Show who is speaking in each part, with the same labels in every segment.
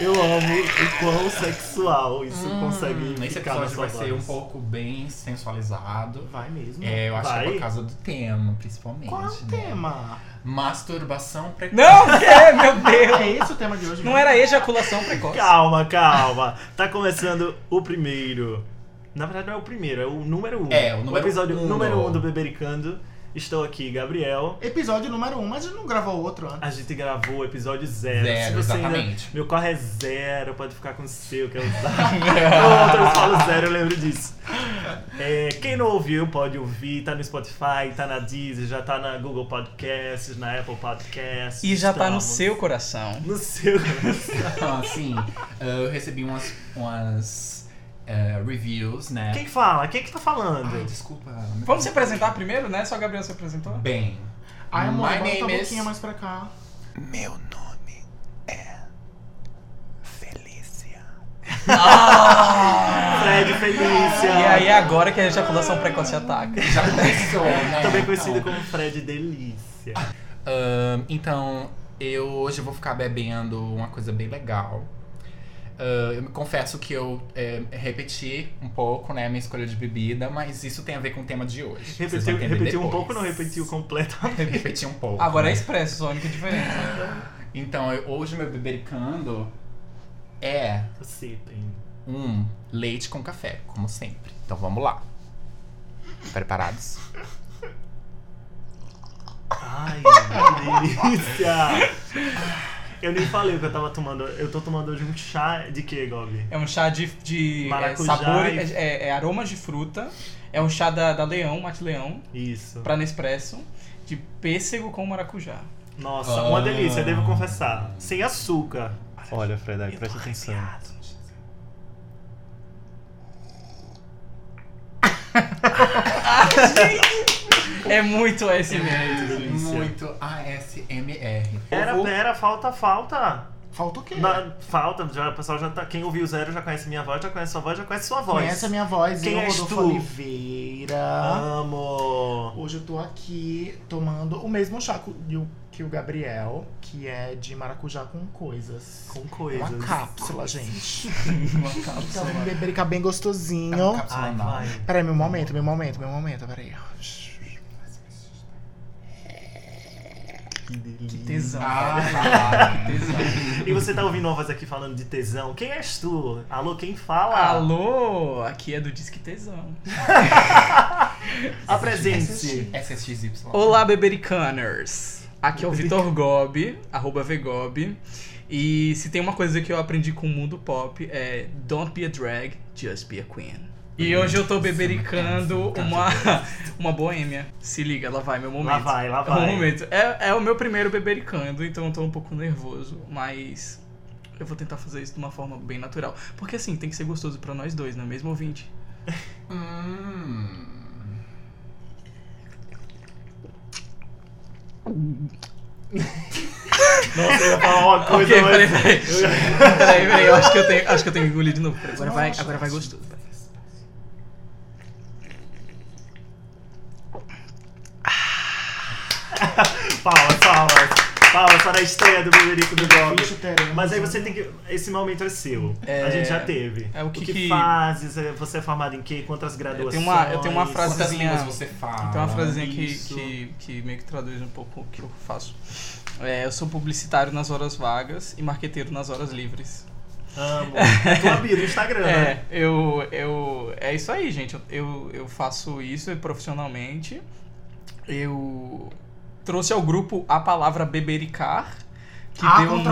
Speaker 1: Eu amo o quão sexual isso consegue
Speaker 2: Nesse
Speaker 1: ficar na
Speaker 2: Hum, episódio
Speaker 1: sua
Speaker 2: vai ser um
Speaker 1: voz.
Speaker 2: pouco bem sensualizado.
Speaker 1: Vai mesmo.
Speaker 2: É, eu acho
Speaker 1: vai.
Speaker 2: que é por causa do tema, principalmente.
Speaker 1: Qual é o
Speaker 2: né?
Speaker 1: tema?
Speaker 2: Masturbação precoce.
Speaker 3: Não, o quê? Meu Deus.
Speaker 1: É esse o tema de hoje?
Speaker 3: Não
Speaker 1: mesmo?
Speaker 4: né?
Speaker 3: era ejaculação precoce.
Speaker 1: Calma, calma. Tá começando o primeiro. Na verdade, não é o primeiro, é o número um.
Speaker 2: É, o número
Speaker 1: episódio
Speaker 2: um.
Speaker 1: número um do Bebericando. Estou aqui, Gabriel.
Speaker 4: Episódio número 1, um, mas a gente não gravou outro antes.
Speaker 1: A gente gravou o episódio zero.
Speaker 2: Zero,
Speaker 1: Se você Ainda...
Speaker 2: exatamente.
Speaker 1: Meu carro é zero, pode ficar com o seu, que é o Outro eu falo zero, eu lembro disso. É, quem não ouviu, pode ouvir. Tá no Spotify, tá na Deezer, já tá na Google Podcasts, na Apple Podcasts.
Speaker 3: E já tá no
Speaker 1: estamos.
Speaker 3: seu coração.
Speaker 1: No seu.
Speaker 2: Então, assim, eu recebi umas, umas eh, reviews, né?
Speaker 1: Quem que fala? Quem que tá
Speaker 2: Ai,
Speaker 1: falando?
Speaker 2: desculpa.
Speaker 3: Vamos se apresentar primeiro, né? Só o Gabriel se apresentou.
Speaker 2: Bem.
Speaker 4: Ai, amor,
Speaker 2: my
Speaker 4: bota
Speaker 2: name
Speaker 4: a
Speaker 2: is...
Speaker 4: boquinha mais pra cá.
Speaker 2: Meu nome é Felícia.
Speaker 1: Fred Felícia.
Speaker 3: E aí é agora que a ejaculação precoce ataca.
Speaker 2: Já começou, né?
Speaker 1: Também
Speaker 2: Então.
Speaker 1: conhecido como Fred Delícia.
Speaker 2: Ahn, então, eu hoje vou ficar bebendo uma coisa bem legal. Ahn, eu me confesso que eu eh, repeti um pouco, né, minha escolha de bebida, mas isso tem a ver com o tema de hoje. Vocês vão
Speaker 1: Repetiu,
Speaker 2: entender
Speaker 1: repetiu um
Speaker 2: depois.
Speaker 1: pouco ou não repetiu completamente?
Speaker 2: Repeti um pouco.
Speaker 3: Agora é
Speaker 2: né?
Speaker 3: expresso, só a única diferença.
Speaker 2: Então, eu- hoje meu bebericando é
Speaker 1: Sim, tem.
Speaker 2: um leite com café, como sempre. Então vamos lá. Preparados?
Speaker 1: Ai, que delícia! Eu nem falei o que eu tava tomando. Eu tô tomando hoje um chá de quê, Gobi?
Speaker 3: É um chá de, de é,
Speaker 1: Maracujá
Speaker 3: sabor,
Speaker 1: e-
Speaker 3: é, é aromas de fruta. É um chá da, da Leão, Mate Leão,
Speaker 1: Isso.
Speaker 3: pra Nespresso, de pêssego com maracujá.
Speaker 1: Nossa,
Speaker 2: Ah.
Speaker 1: uma delícia, devo confessar. Sem açúcar.
Speaker 5: Olha, Fred, aí,
Speaker 1: Eu
Speaker 5: presta
Speaker 1: tô
Speaker 5: atenção.
Speaker 1: arrepiado.
Speaker 3: É muito esse mesmo.
Speaker 1: delícia.
Speaker 2: Muito ASMR.
Speaker 1: Pera, pera, falta, falta.
Speaker 4: Falta o quê?
Speaker 1: Na- falta, já, o pessoal já tá. Quem ouviu o zero já conhece minha voz, já conhece sua voz, já conhece sua voz.
Speaker 4: Conhece a minha voz,
Speaker 1: Quem
Speaker 4: eu,
Speaker 1: és
Speaker 4: Rodolfo
Speaker 1: tu?
Speaker 4: Oliveira.
Speaker 1: Amo!
Speaker 4: Hoje eu tô aqui tomando o mesmo chá co- de o- que o Gabriel, que é de maracujá com coisas.
Speaker 1: Com
Speaker 4: É
Speaker 1: coisas.
Speaker 4: Uma cápsula, gente.
Speaker 3: Uma cápsula.
Speaker 4: Então, um beberica bem gostosinho.
Speaker 2: Uma cápsula
Speaker 1: Ai,
Speaker 2: não.
Speaker 1: vai.
Speaker 4: Peraí, meu momento, meu momento, meu momento, peraí.
Speaker 1: Que delícia.
Speaker 3: Tesão.
Speaker 2: Ah,
Speaker 3: cara. Tesão.
Speaker 1: E você tá ouvindo novas aqui falando de tesão. Quem és tu? Alô, quem fala?
Speaker 3: Alô, aqui é do Disque Tesão.
Speaker 1: Apresente-se.
Speaker 2: SSXY.
Speaker 3: Olá, bebericaners! Aqui é o Vitor Gobi, arroba Vgobi. E se tem uma coisa que eu aprendi com o mundo pop é Don't be a drag, just be a queen. E
Speaker 1: Uhum.
Speaker 3: hoje eu tô bebericando uma, uma boêmia. Se liga, lá vai meu momento.
Speaker 1: tá Lá vai, lá
Speaker 3: É o
Speaker 1: vai.
Speaker 3: momento. É, é o meu primeiro bebericando, então eu tô um pouco nervoso, mas eu vou tentar fazer isso de uma forma bem natural. Porque assim, tem que ser gostoso pra nós dois, não é mesmo, ouvinte?
Speaker 2: Hum.
Speaker 1: Nossa, eu ia falar uma coisa,
Speaker 3: Ok,
Speaker 1: mas...
Speaker 3: peraí, peraí. Peraí, peraí, eu acho que eu tenho, acho que eu tenho que engolir de novo. Peraí, Agora vai, agora vai gostoso. vai.
Speaker 1: Palmas, palmas. Palmas para a estreia do Beberico do Gomes.
Speaker 4: Bicho, teremos
Speaker 1: Mas aí
Speaker 4: um-
Speaker 1: você tem que. Esse momento é seu.
Speaker 3: É.
Speaker 1: A gente já teve.
Speaker 3: É o que
Speaker 1: o que,
Speaker 3: que-
Speaker 1: fazes? é- Você é formado em quê? Quantas graduações?
Speaker 3: tenho uma- eu tenho uma frase-
Speaker 2: Quantas
Speaker 3: Frasezinha.
Speaker 2: línguas você fala?
Speaker 3: Então, uma frasezinha que,
Speaker 1: Ah, isso.
Speaker 3: que, que meio que traduz um pouco o que eu faço. É, eu sou publicitário nas horas vagas e marqueteiro nas horas livres.
Speaker 1: Amo. É tua bio do Instagram, né?
Speaker 3: É, eu, eu, é isso aí, gente. Eu- Eu, eu faço isso profissionalmente. Eu trouxe ao grupo a palavra bebericar, que
Speaker 1: Ah,
Speaker 4: Há
Speaker 3: deu nome,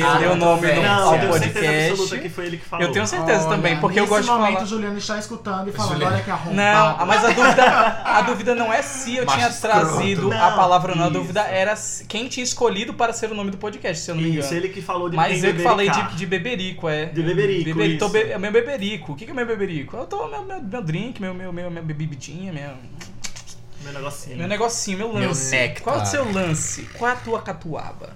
Speaker 4: controvérsias.
Speaker 3: deu nome
Speaker 1: Não,
Speaker 3: no,
Speaker 2: Sim,
Speaker 3: ao
Speaker 1: eu tenho certeza absoluta
Speaker 3: podcast.
Speaker 1: que foi ele que falou.
Speaker 3: Eu tenho certeza também, porque eu
Speaker 4: nesse
Speaker 3: gosto de falar.
Speaker 4: momento, o Juliano está escutando e falando,
Speaker 2: Juliano.
Speaker 4: olha que
Speaker 1: É
Speaker 4: arrombado.
Speaker 3: Não, ah, mas a dúvida, a dúvida não é se eu
Speaker 2: Macho
Speaker 3: tinha
Speaker 2: escroto.
Speaker 3: trazido a
Speaker 1: Não,
Speaker 3: palavra, não. A
Speaker 1: isso.
Speaker 3: dúvida era se- quem tinha escolhido para ser o nome do podcast, se eu não me engano.
Speaker 1: Isso, ele que falou de
Speaker 3: Mas
Speaker 1: quem
Speaker 3: eu que falei
Speaker 1: bebericar.
Speaker 3: de, de beberico, é.
Speaker 1: De beberico,
Speaker 3: Tô
Speaker 1: isso.
Speaker 3: be- é meu beberico. O que, que é meu beberico? Eu tomo meu, meu, meu drink, meu, meu, meu, minha bebidinha, minha.
Speaker 1: Meu negocinho.
Speaker 3: Meu negocinho, meu
Speaker 2: Meu
Speaker 3: lance.
Speaker 2: néctar.
Speaker 3: Qual é o seu lance? Qual é a tua catuaba?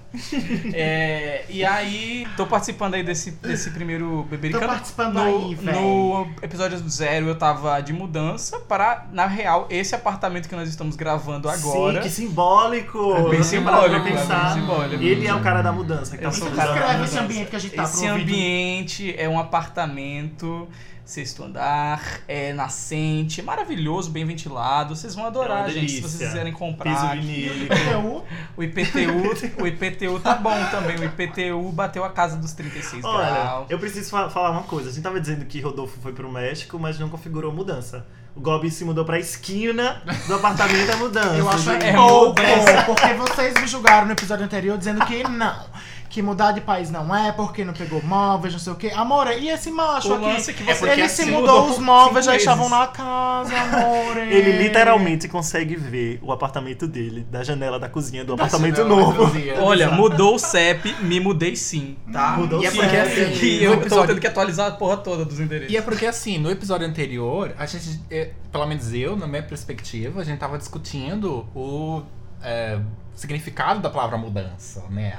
Speaker 3: É, e aí, tô participando aí desse, desse primeiro Bebericano.
Speaker 4: Tô participando
Speaker 3: no,
Speaker 4: aí, véi.
Speaker 3: No episódio zero eu tava de mudança para, na real, esse apartamento que nós estamos gravando agora.
Speaker 1: Sim, que simbólico.
Speaker 3: É bem
Speaker 1: Você parou pra
Speaker 3: simbólico, é bem
Speaker 1: pensar.
Speaker 2: né?
Speaker 3: simbólico.
Speaker 1: Ele é o cara da mudança, que tá
Speaker 3: Eu sou o
Speaker 1: soltando
Speaker 3: cara
Speaker 1: a
Speaker 4: Descreve esse
Speaker 1: mudança.
Speaker 4: ambiente que a gente tá
Speaker 3: Esse
Speaker 4: pro ouvido.
Speaker 3: ambiente é um apartamento, sexto andar, é nascente, maravilhoso, bem ventilado. Vocês vão
Speaker 1: É
Speaker 3: adorar,
Speaker 1: uma
Speaker 3: gente, se
Speaker 1: delícia.
Speaker 3: vocês quiserem
Speaker 1: Piso
Speaker 3: comprar.
Speaker 1: vinílico.
Speaker 4: Eu,
Speaker 3: O IPTU, o IPTU tá bom também. O IPTU bateu a casa dos 36
Speaker 1: Olha,
Speaker 3: graus.
Speaker 1: eu preciso fa- falar uma coisa. A gente tava dizendo que Rodolfo foi pro México, mas não configurou mudança. O Gobi se mudou pra esquina do apartamento da mudança.
Speaker 4: eu acho
Speaker 3: é
Speaker 4: é
Speaker 3: pouco.
Speaker 4: pouco, porque vocês me julgaram no episódio anterior dizendo que não. Que mudar de país não é, porque não pegou móveis, não sei o quê. Amor, e esse macho
Speaker 3: O
Speaker 4: aqui?
Speaker 3: lance é que você
Speaker 4: ele
Speaker 2: porque
Speaker 4: se
Speaker 2: assim,
Speaker 4: mudou,
Speaker 3: mudou
Speaker 4: os móveis
Speaker 3: cinco
Speaker 4: já estavam
Speaker 3: meses.
Speaker 4: na casa, amor. é.
Speaker 1: Ele literalmente consegue ver o apartamento dele da janela da cozinha do
Speaker 2: é
Speaker 1: apartamento novo.
Speaker 3: Olha, mudou o CEP, me mudei sim, tá?
Speaker 4: Mudou
Speaker 3: e é
Speaker 4: o
Speaker 3: porque
Speaker 4: CEP.
Speaker 3: assim, que
Speaker 2: No
Speaker 3: eu tô
Speaker 2: episódio-
Speaker 3: tendo que atualizar a porra toda dos endereços.
Speaker 2: E é porque assim, no episódio anterior, a gente, é, pelo menos eu, na minha perspectiva, a gente tava discutindo o é, significado da palavra mudança, né?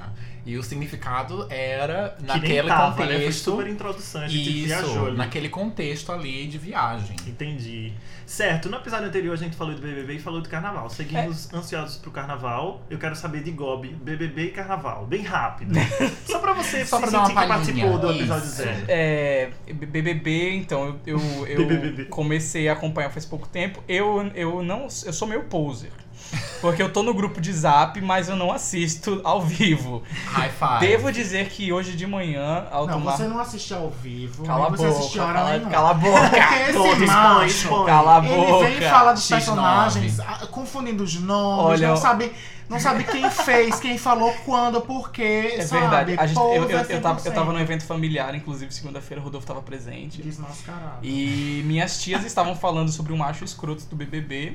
Speaker 2: E o significado era
Speaker 1: Que nem
Speaker 2: naquele
Speaker 1: tava, né? Foi
Speaker 2: contexto.
Speaker 1: super introdução, a gente viajou.
Speaker 2: Isso,
Speaker 1: ali.
Speaker 2: naquele contexto ali de viagem.
Speaker 1: Entendi. Certo, no episódio anterior a gente falou do BBB e falou do carnaval. Seguimos ansiosos pro carnaval. Eu quero saber de Gobi, BBB e carnaval. Bem rápido. Só pra você
Speaker 2: Só pra
Speaker 1: se
Speaker 2: dar uma
Speaker 1: sentir que
Speaker 2: palhinha.
Speaker 1: participou do episódio
Speaker 2: Isso.
Speaker 1: zero.
Speaker 3: É, BBB, então, eu, eu, eu
Speaker 1: BBB.
Speaker 3: comecei a acompanhar faz pouco tempo. Eu, eu não. Eu sou meio poser. Porque eu tô no grupo de zap, mas eu não assisto ao vivo.
Speaker 2: High five.
Speaker 3: Devo dizer que hoje de manhã, ao
Speaker 4: Não,
Speaker 3: tomar.
Speaker 4: você não assistiu ao vivo,
Speaker 3: Cala a
Speaker 4: nem você assistiu
Speaker 3: boca,
Speaker 4: a hora
Speaker 3: cala,
Speaker 4: nenhuma.
Speaker 3: cala a boca!
Speaker 4: Porque esse
Speaker 1: Pô, expõe,
Speaker 4: macho,
Speaker 1: expõe.
Speaker 3: Cala a
Speaker 4: Ele
Speaker 3: boca.
Speaker 4: vem e fala dos
Speaker 2: X9.
Speaker 4: personagens, ah, confundindo os nomes,
Speaker 3: Olha,
Speaker 4: não sabe, não sabe quem fez, quem falou quando, por quê,
Speaker 3: É
Speaker 4: sabe?
Speaker 3: verdade. A gente, eu, eu,
Speaker 4: Pousa
Speaker 3: eu tava, eu tava
Speaker 4: 100%.
Speaker 3: num evento familiar, inclusive segunda-feira, o Rodolfo tava presente.
Speaker 4: Desmascarado.
Speaker 3: E minhas tias estavam falando sobre o macho escroto do BBB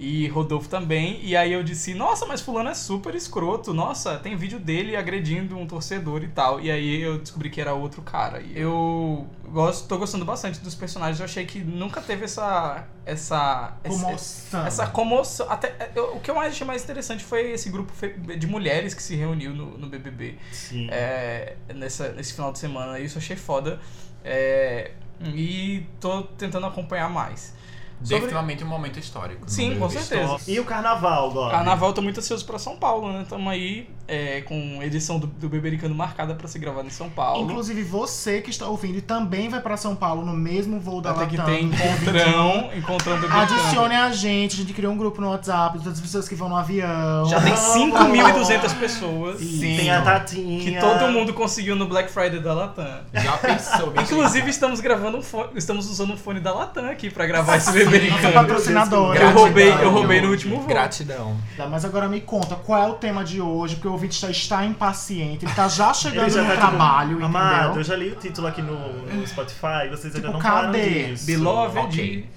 Speaker 3: e Rodolfo também. E aí eu disse: Nossa, mas Fulano é super escroto. Nossa, tem vídeo dele agredindo um torcedor e tal. E aí eu descobri que era outro cara. E eu gosto, tô gostando bastante dos personagens. Eu achei que nunca teve essa. Essa. essa
Speaker 4: Comoção.
Speaker 3: essa comoção. Até, eu- o que eu mais achei mais interessante foi esse grupo fe- de mulheres que se reuniu no, no BBB
Speaker 1: Sim.
Speaker 3: é, nessa, nesse final de semana. Isso eu achei foda. É, e tô tentando acompanhar mais.
Speaker 2: Definitivamente um momento histórico. no
Speaker 3: Sim, com
Speaker 2: BBB.
Speaker 3: certeza.
Speaker 1: E o carnaval, Gobi?
Speaker 3: Carnaval, tô tá muito ansioso pra São Paulo, né? Tamo aí é, com edição do, do Bebericano marcada pra ser gravada em São Paulo.
Speaker 4: Inclusive, você que está ouvindo e também vai pra São Paulo no mesmo voo da
Speaker 3: Até que
Speaker 4: Latam.
Speaker 3: tem
Speaker 4: tá no dia 21.
Speaker 3: encontrão, encontrando o Bebericano.
Speaker 4: Adicione a gente, a gente criou um grupo no WhatsApp, de todas as pessoas que vão no avião.
Speaker 3: Já tem
Speaker 1: Vamos!
Speaker 3: 5.200 pessoas
Speaker 2: Sim.
Speaker 1: Tem a Tatinha.
Speaker 3: que todo mundo conseguiu no Black Friday da Latam.
Speaker 2: Já pensou, minha
Speaker 3: Inclusive, estamos gravando um fone, estamos usando um fone da Latam aqui pra gravar esse Bebericano.
Speaker 4: Nossa
Speaker 2: gente?
Speaker 4: patrocinadora.
Speaker 3: Eu roubei- eu
Speaker 2: Gratidão.
Speaker 3: roubei no último voo.
Speaker 2: Gratidão.
Speaker 4: Tá, mas agora me conta, qual é o tema de hoje? Porque o ouvinte já está impaciente, ele tá já
Speaker 1: Ele
Speaker 4: chegando
Speaker 1: já
Speaker 4: no
Speaker 1: tá tipo,
Speaker 4: trabalho,
Speaker 1: Amado, eu
Speaker 4: entendeu?
Speaker 1: já li o título aqui no, no Spotify, vocês ainda
Speaker 4: Tipo,
Speaker 1: não falaram
Speaker 4: cadê?
Speaker 1: disso.
Speaker 3: Beloved.
Speaker 2: Ok.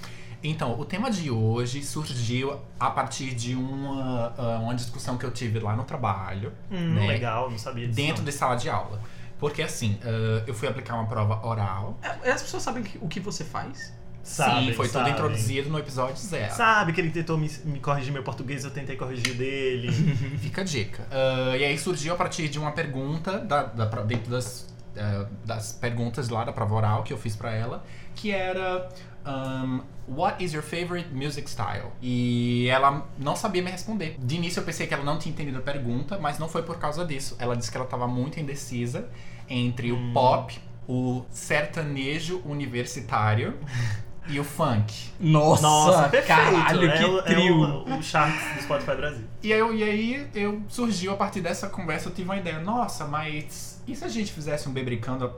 Speaker 2: Então, o tema de hoje surgiu a partir de uma, ah, uma discussão que eu tive lá no trabalho,
Speaker 1: Hum,
Speaker 2: Né?
Speaker 1: Legal, não sabia disso.
Speaker 2: dentro
Speaker 1: não.
Speaker 2: de sala de aula. Porque assim, ah, eu fui aplicar uma prova oral.
Speaker 3: É, As pessoas sabem que- o que você faz?
Speaker 1: Sabem,
Speaker 2: Sim, foi
Speaker 1: sabem.
Speaker 2: tudo introduzido no episódio zero.
Speaker 1: Sabe que ele tentou me, me corrigir meu português, eu tentei corrigir o dele.
Speaker 2: Fica a dica. Ah, e aí surgiu a partir de uma pergunta, da, da pro- dentro das, ah, das perguntas lá da prova oral que eu fiz pra ela, que era. ahn, What is your favorite music style? E ela não sabia me responder. De início eu pensei que ela não tinha entendido a pergunta, mas não foi por causa disso. Ela disse que ela estava muito indecisa entre o pop, o sertanejo universitário e o funk.
Speaker 3: Nossa,
Speaker 1: Nossa, perfeito.
Speaker 3: caralho,
Speaker 1: é, o-
Speaker 3: que trio.
Speaker 1: É o, o Sharks do Spotify Brasil.
Speaker 2: E aí, eu, e aí eu surgiu a partir dessa conversa, eu tive uma ideia, nossa, mas e se a gente fizesse um bebricando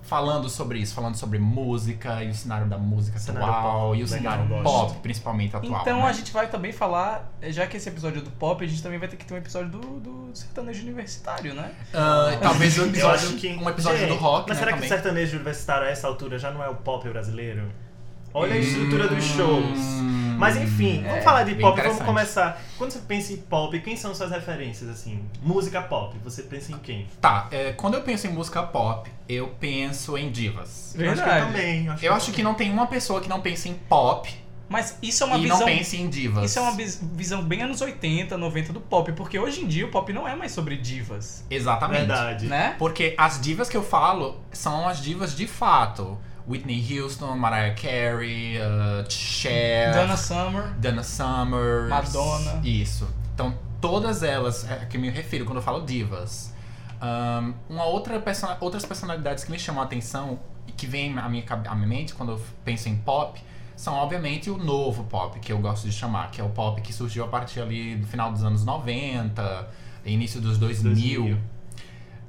Speaker 2: falando sobre isso, falando sobre música e o cenário da música
Speaker 1: Cenário
Speaker 2: atual
Speaker 1: pop,
Speaker 2: e o
Speaker 1: legal,
Speaker 2: cenário
Speaker 1: gosto.
Speaker 2: pop, principalmente atual.
Speaker 3: Então
Speaker 2: né?
Speaker 3: a gente vai também falar, já que esse episódio é do pop, a gente também vai ter que ter um episódio do, do sertanejo universitário, né?
Speaker 2: Ah, e talvez um
Speaker 1: Eu acho
Speaker 2: episódio,
Speaker 1: que.
Speaker 2: um episódio
Speaker 1: Gente,
Speaker 2: do rock,
Speaker 1: Mas
Speaker 2: né,
Speaker 1: será que é,
Speaker 2: também.
Speaker 1: o sertanejo universitário a essa altura já não é o pop brasileiro? Olha a estrutura dos shows.
Speaker 2: Hum,
Speaker 1: Mas enfim,
Speaker 2: é,
Speaker 1: vamos falar de
Speaker 2: bem
Speaker 1: pop, vamos
Speaker 2: interessante.
Speaker 1: começar. Quando você pensa em pop, quem são suas referências, assim? Música pop, você pensa em quem?
Speaker 2: Tá, é, quando eu penso em música pop, eu penso em divas.
Speaker 1: Eu Acho que eu também.
Speaker 2: Eu acho que não tem uma pessoa que não pense em pop
Speaker 3: Mas isso é uma
Speaker 2: e
Speaker 3: visão.
Speaker 2: não pense em divas.
Speaker 3: Isso é uma vis- visão bem anos 80, 90 do pop, porque hoje em dia o pop não é mais sobre divas,
Speaker 2: Exatamente.
Speaker 1: Verdade.
Speaker 3: né?
Speaker 2: Porque as divas que eu falo são as divas de fato. Whitney Houston, Mariah Carey, uh, Cher,
Speaker 3: Dana Summer.
Speaker 2: Dana Summers.
Speaker 3: Madonna.
Speaker 2: Isso. Então, todas elas é a que me refiro quando eu falo divas. Ahn, uma outra perso- outras personalidades que me chamam a atenção e que vem à minha, cabe- à minha mente quando eu penso em pop são, obviamente, o novo pop, que eu gosto de chamar, que é o pop que surgiu a partir ali do final dos anos 90, início dos 2000.
Speaker 1: 2000.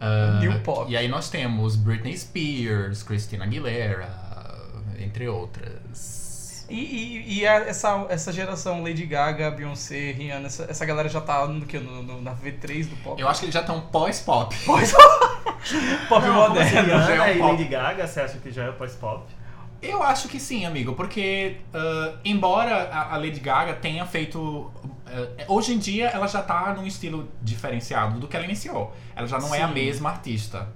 Speaker 2: Ah,
Speaker 3: New pop.
Speaker 2: E aí nós temos Britney Spears, Christina Aguilera, entre outras.
Speaker 3: E, e- e a- essa, essa geração Lady Gaga, Beyoncé, Rihanna, essa, essa galera já tá no que? No, no- na V3 do pop?
Speaker 2: Eu acho que eles já estão pós-pop.
Speaker 1: Não,
Speaker 3: pop
Speaker 1: como assim,
Speaker 2: já
Speaker 3: moderno.
Speaker 2: é um
Speaker 1: Rihanna e
Speaker 2: pop.
Speaker 1: Lady Gaga, você acha que já é o pós-pop?
Speaker 2: Eu acho que sim, amigo, porque ah, embora a, a Lady Gaga tenha feito. ah, hoje em dia ela já tá num estilo diferenciado do que ela iniciou. Ela já não é a
Speaker 1: Sim.
Speaker 2: mesma artista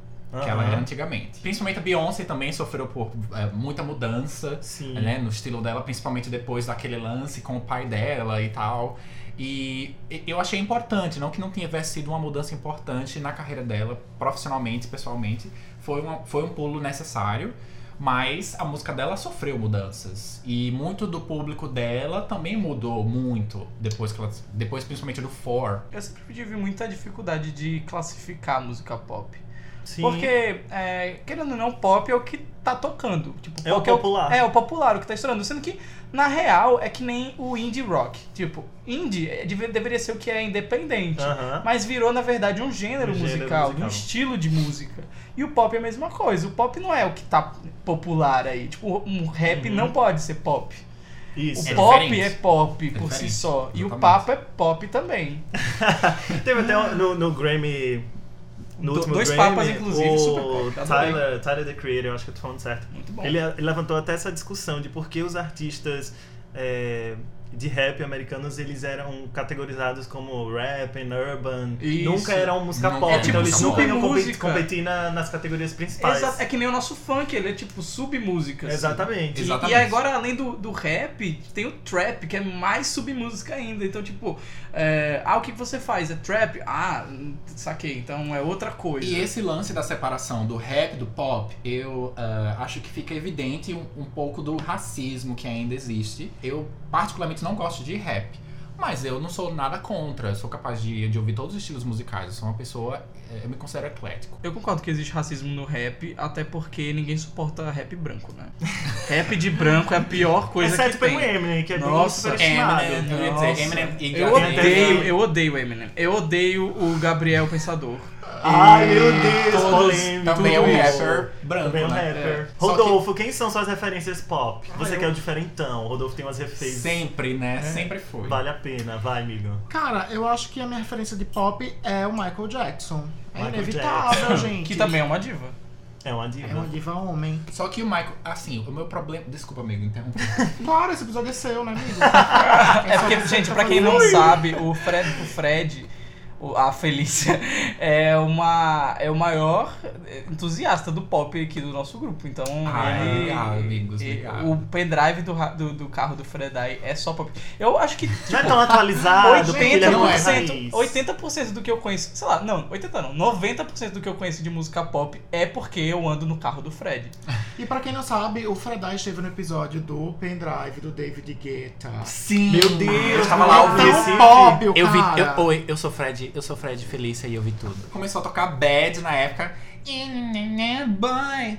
Speaker 2: que ela é era antigamente. Principalmente a Beyoncé também sofreu por eh, muita mudança
Speaker 1: Sim.
Speaker 2: né, no estilo dela, principalmente depois daquele lance com o pai dela e tal. E e- eu achei importante, não que não tivesse sido uma mudança importante na carreira dela, profissionalmente, pessoalmente, foi, uma, foi um pulo necessário, mas a música dela sofreu mudanças. E muito do público dela também mudou muito depois que ela. Depois, principalmente do For.
Speaker 3: Eu sempre tive muita dificuldade de classificar a música pop.
Speaker 1: Sim.
Speaker 3: Porque, é, querendo ou não, pop é o que tá tocando. Tipo,
Speaker 1: É o
Speaker 3: pop
Speaker 1: popular.
Speaker 3: É, o popular, o que tá estourando. Sendo que, na real, é que nem o indie rock. Tipo, indie é, deve- deveria ser o que é independente.
Speaker 1: Aham.
Speaker 3: Mas virou, na verdade, um gênero,
Speaker 1: Um gênero
Speaker 3: musical, um
Speaker 1: musical.
Speaker 3: estilo de música. E o pop é a mesma coisa. O pop não é o que tá popular aí. Tipo, um rap
Speaker 1: Uhum.
Speaker 3: não pode ser pop.
Speaker 1: Isso.
Speaker 3: O
Speaker 2: É
Speaker 3: pop
Speaker 2: diferente.
Speaker 3: é pop por si
Speaker 2: diferente,
Speaker 3: só. E o
Speaker 2: exatamente.
Speaker 3: papo é pop também.
Speaker 1: Teve até um- no, no Grammy. No
Speaker 3: Do-
Speaker 1: último
Speaker 3: dois
Speaker 1: Grammy,
Speaker 3: papas, inclusive,
Speaker 1: o
Speaker 3: super pop, adorei.
Speaker 1: Tyler, Tyler the Creator, eu acho que eu tô falando certo.
Speaker 3: Muito bom.
Speaker 1: Ele, ele levantou até essa discussão de por que os artistas é, de rap americanos eles eram categorizados como rap and urban.
Speaker 3: Isso.
Speaker 1: Nunca eram música
Speaker 2: Não
Speaker 1: pop,
Speaker 2: é tipo
Speaker 1: então eles nunca iam competir,
Speaker 3: submúsica.
Speaker 1: competir na- nas categorias principais.
Speaker 3: Exa- é que nem o nosso funk, ele é tipo submúsica. assim.
Speaker 1: Exatamente.
Speaker 3: E- E,
Speaker 2: Exatamente.
Speaker 3: agora, além do, do rap, tem o trap, que é mais submúsica ainda. Então, tipo, é, ah, o que você faz? É trap? Ah, saquei. Então é outra coisa.
Speaker 2: E esse lance da separação do rap e do pop, eu ah, acho que fica evidente um, um pouco do racismo que ainda existe. Eu particularmente não gosto de rap, mas eu não sou nada contra. Eu sou capaz de, de ouvir todos os estilos musicais. Eu sou uma pessoa, eh, eu me considero eclético.
Speaker 3: Eu concordo que existe racismo no rap, até porque ninguém suporta rap branco, né? rap de branco é a pior coisa
Speaker 1: Exceto
Speaker 3: que
Speaker 1: pelo
Speaker 3: tem.
Speaker 1: Eminem, que é
Speaker 3: Nossa,
Speaker 1: bem superestimado.
Speaker 2: Eminem, eu ia
Speaker 3: Nossa.
Speaker 2: dizer, Eminem e
Speaker 3: Eu
Speaker 2: Justin
Speaker 3: odeio,
Speaker 2: Timberlake.
Speaker 3: eu odeio o Eminem. Eu odeio o Gabriel Pensador.
Speaker 1: Ai,
Speaker 3: E
Speaker 1: meu Deus,
Speaker 3: todos-
Speaker 1: polêmico.
Speaker 2: Também é um
Speaker 3: tudo isso.
Speaker 2: rapper branco,
Speaker 1: Também um
Speaker 2: né?
Speaker 1: rapper.
Speaker 2: Só
Speaker 1: Rodolfo, quem são suas referências pop? Você
Speaker 2: eu-
Speaker 1: que é o diferentão. Rodolfo tem umas referências.
Speaker 2: Sempre, né? Sempre foi.
Speaker 1: Vale a pena, É. vai, amigo.
Speaker 4: Cara, eu acho que a minha referência de pop é o Michael Jackson. É
Speaker 1: Michael
Speaker 4: inevitável, gente.
Speaker 3: Que também é uma diva.
Speaker 1: É uma diva.
Speaker 4: É uma diva homem.
Speaker 2: Só que o Michael, assim, o meu problema. Desculpa, amigo, interromper.
Speaker 4: Claro, esse episódio é seu, né, amigo?
Speaker 3: É porque, gente, pra quem não sabe, o Fred, o Fred o- a Felícia, é, uma, é o maior entusiasta do pop aqui do nosso grupo. Então,
Speaker 2: Ai,
Speaker 3: ele-
Speaker 2: obrigado, amigos,
Speaker 3: e-
Speaker 2: obrigado.
Speaker 3: o pendrive do, ra- do, do carro do Fred aí é só pop. Eu acho que
Speaker 1: Não é tão
Speaker 3: Ah,
Speaker 1: atualizado, porque ele é
Speaker 2: não
Speaker 1: mais
Speaker 3: 80%,
Speaker 1: raiz.
Speaker 3: 80% do que eu conheço, sei lá, não, 80 não, 90% do que eu conheço de música pop é porque eu ando no carro do Fred.
Speaker 4: E pra quem não sabe, o Fredai esteve no episódio do pendrive do David Guetta.
Speaker 2: Sim!
Speaker 1: Meu Deus,
Speaker 2: eu tava lá
Speaker 1: mano.
Speaker 2: ao
Speaker 1: Então,
Speaker 2: vivo.
Speaker 1: Recife.
Speaker 4: Tão pop, o
Speaker 6: Eu vi,
Speaker 4: cara.
Speaker 6: eu, oi, eu sou Fred, eu sou Fred Felícia e eu vi tudo.
Speaker 2: começou a tocar bad na época. Boy,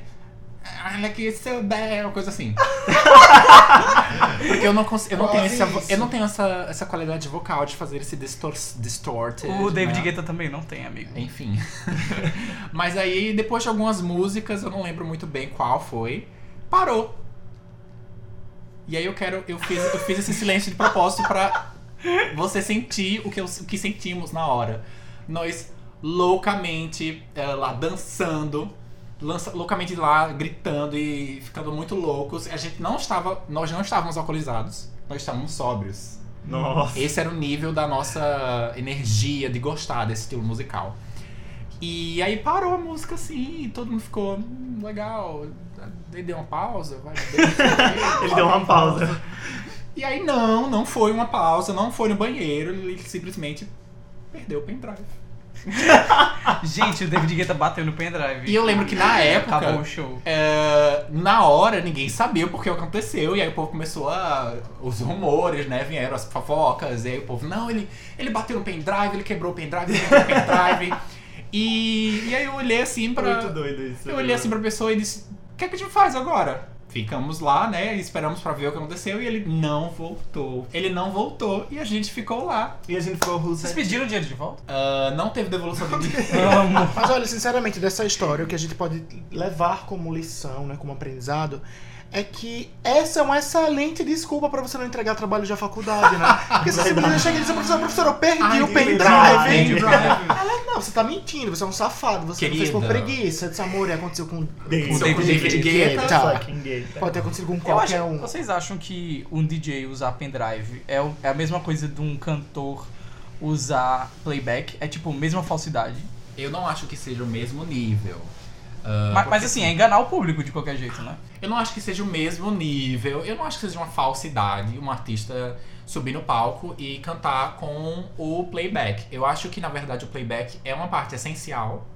Speaker 2: I like it so bad, uma coisa assim.
Speaker 6: Porque eu não consigo, eu não tenho,
Speaker 4: Quase
Speaker 6: essa, vo-
Speaker 4: isso.
Speaker 6: eu não tenho essa, essa qualidade vocal de fazer esse distor distorted.
Speaker 3: O David
Speaker 6: né?
Speaker 3: Guetta também não tem, amigo.
Speaker 2: Enfim. Mas aí, depois de algumas músicas, eu não lembro muito bem qual foi, parou. E aí eu quero. Eu fiz, eu fiz esse silêncio de propósito pra você sentir o que, eu- o que sentimos na hora. Nós loucamente eh, lá dançando, lança- loucamente lá gritando e ficando muito loucos. A gente não estava. Nós não estávamos alcoolizados, nós estávamos sóbrios.
Speaker 1: Nossa.
Speaker 2: Esse era o nível da nossa energia de gostar desse estilo musical. E aí parou a música assim, e todo mundo ficou "Hum, legal. Ele deu uma pausa, vai. beber,
Speaker 1: Ele deu uma pausa.
Speaker 2: E aí não, não foi uma pausa, não foi no banheiro, ele simplesmente perdeu o pendrive.
Speaker 3: Gente, o David Guetta bateu no pendrive.
Speaker 2: E eu lembro que na época-
Speaker 3: Acabou o show.
Speaker 2: É, na hora ninguém sabia porque aconteceu e aí o povo começou a os rumores, né? Vieram as fofocas e aí o povo não, ele ele bateu no pendrive, ele quebrou o pendrive, ele quebrou o pendrive. E, e aí eu olhei assim pra
Speaker 1: Muito doido isso.
Speaker 2: eu olhei assim pra pessoa e disse: "O que é que a gente faz agora?" Ficamos lá, né? e Esperamos pra ver o que aconteceu e ele não voltou. Ele não voltou e a gente ficou né? lá.
Speaker 1: E a gente ficou russo.
Speaker 3: Vocês pediram o dinheiro de volta?
Speaker 2: Ah, não teve devolução de dinheiro.
Speaker 3: Amo.
Speaker 4: Mas olha, sinceramente, dessa história, o que a gente pode levar como lição, né, como aprendizado, é que essa é uma excelente desculpa pra você não entregar trabalho da faculdade, né? Porque você simplesmente chega e diz, professor, professor, eu perdi
Speaker 1: Ai,
Speaker 4: o
Speaker 1: perdi o
Speaker 4: pendrive.
Speaker 1: pendrive.
Speaker 4: Ela, não, você tá mentindo, você é um safado, você não fez por
Speaker 2: Querida.
Speaker 4: preguiça. Esse amor aconteceu com...
Speaker 1: David,
Speaker 2: David Guetta.
Speaker 1: Fucking Guetta.
Speaker 4: Pode ter acontecido com
Speaker 3: Eu acho-
Speaker 4: qualquer um.
Speaker 3: Vocês acham que um DJ usar pendrive é, o- é a mesma coisa de um cantor usar playback? É tipo, mesma falsidade?
Speaker 2: Eu não acho que seja o mesmo nível. Ah,
Speaker 3: Ma- mas, assim, é enganar o público de qualquer jeito, né?
Speaker 2: Eu não acho que seja o mesmo nível. Eu não acho que seja uma falsidade um artista subir no palco e cantar com o playback. Eu acho que, na verdade, o playback é uma parte essencial,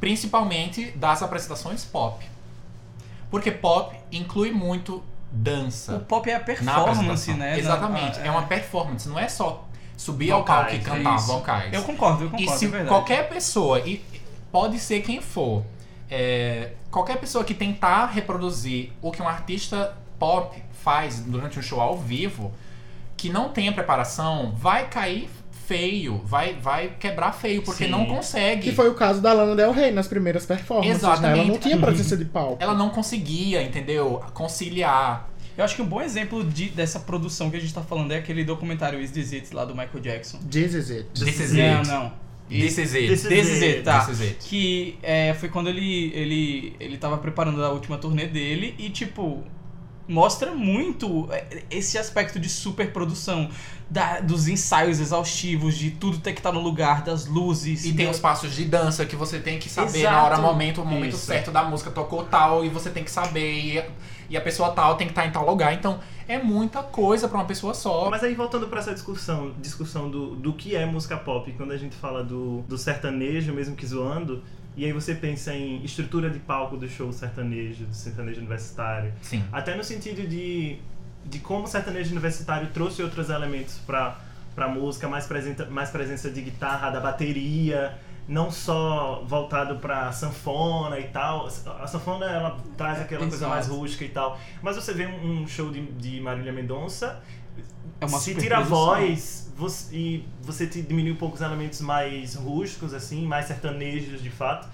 Speaker 2: principalmente das apresentações pop. Porque pop inclui muito
Speaker 3: O
Speaker 2: dança.
Speaker 3: pop é
Speaker 2: Tá.
Speaker 3: a
Speaker 2: Na
Speaker 3: performance,
Speaker 2: apresentação.
Speaker 3: né? Na-
Speaker 2: Exatamente.
Speaker 3: na-
Speaker 2: é uma performance, não é só subir ao palco
Speaker 1: Vocais,
Speaker 2: e
Speaker 1: é
Speaker 2: cantar
Speaker 3: isso.
Speaker 2: vocais.
Speaker 3: Eu concordo, eu concordo,
Speaker 2: E se
Speaker 3: é verdade.
Speaker 2: qualquer pessoa, e pode ser quem for, é, qualquer pessoa que tentar reproduzir o que um artista pop faz durante um show ao vivo, que não tenha preparação, vai cair feio, vai, vai quebrar feio, porque
Speaker 1: Sim.
Speaker 2: não consegue.
Speaker 4: Que foi o caso da Lana Del Rey nas primeiras performances, né? Ela não
Speaker 2: Exatamente.
Speaker 4: tinha presença de palco.
Speaker 2: Ela não conseguia, entendeu? Conciliar.
Speaker 3: Eu acho que um bom exemplo de- dessa produção que a gente tá falando é aquele documentário Is This It lá do Michael Jackson.
Speaker 4: This is it.
Speaker 2: This is
Speaker 3: não,
Speaker 2: it.
Speaker 3: não.
Speaker 2: This is
Speaker 1: This
Speaker 2: it.
Speaker 1: is
Speaker 3: This is
Speaker 1: it.
Speaker 3: it, tá.
Speaker 2: This is it.
Speaker 3: Que é, foi quando ele, ele, ele tava preparando a última turnê dele e, tipo, mostra muito é, esse aspecto de superprodução, da, dos ensaios exaustivos, de tudo ter que estar no lugar, das luzes.
Speaker 2: E tem
Speaker 3: da-
Speaker 2: os passos de dança que você tem que saber
Speaker 3: Exato.
Speaker 2: na hora, momento, o momento
Speaker 3: Isso.
Speaker 2: certo da música tocou tal e você tem que saber. E a, e a pessoa tal tem que estar em tal lugar. Então é muita coisa pra uma pessoa só.
Speaker 1: Mas aí voltando pra essa discussão, discussão do, do que é música pop, quando a gente fala do, do sertanejo, mesmo que zoando, e aí você pensa em estrutura de palco do show sertanejo, do sertanejo universitário.
Speaker 2: Sim.
Speaker 1: Até no sentido de, de como o sertanejo universitário trouxe outros elementos pra, pra música, mais, presenta, mais presença de guitarra, da bateria, não só voltado pra sanfona e tal. A sanfona, ela traz aquela coisa
Speaker 3: exato.
Speaker 1: mais rústica e tal. Mas você vê um um show de, de Marília Mendonça,
Speaker 3: é uma
Speaker 1: se tira a
Speaker 3: superprodução.
Speaker 1: voz você- e você te diminui um pouco os elementos mais rústicos, assim, mais sertanejos de fato,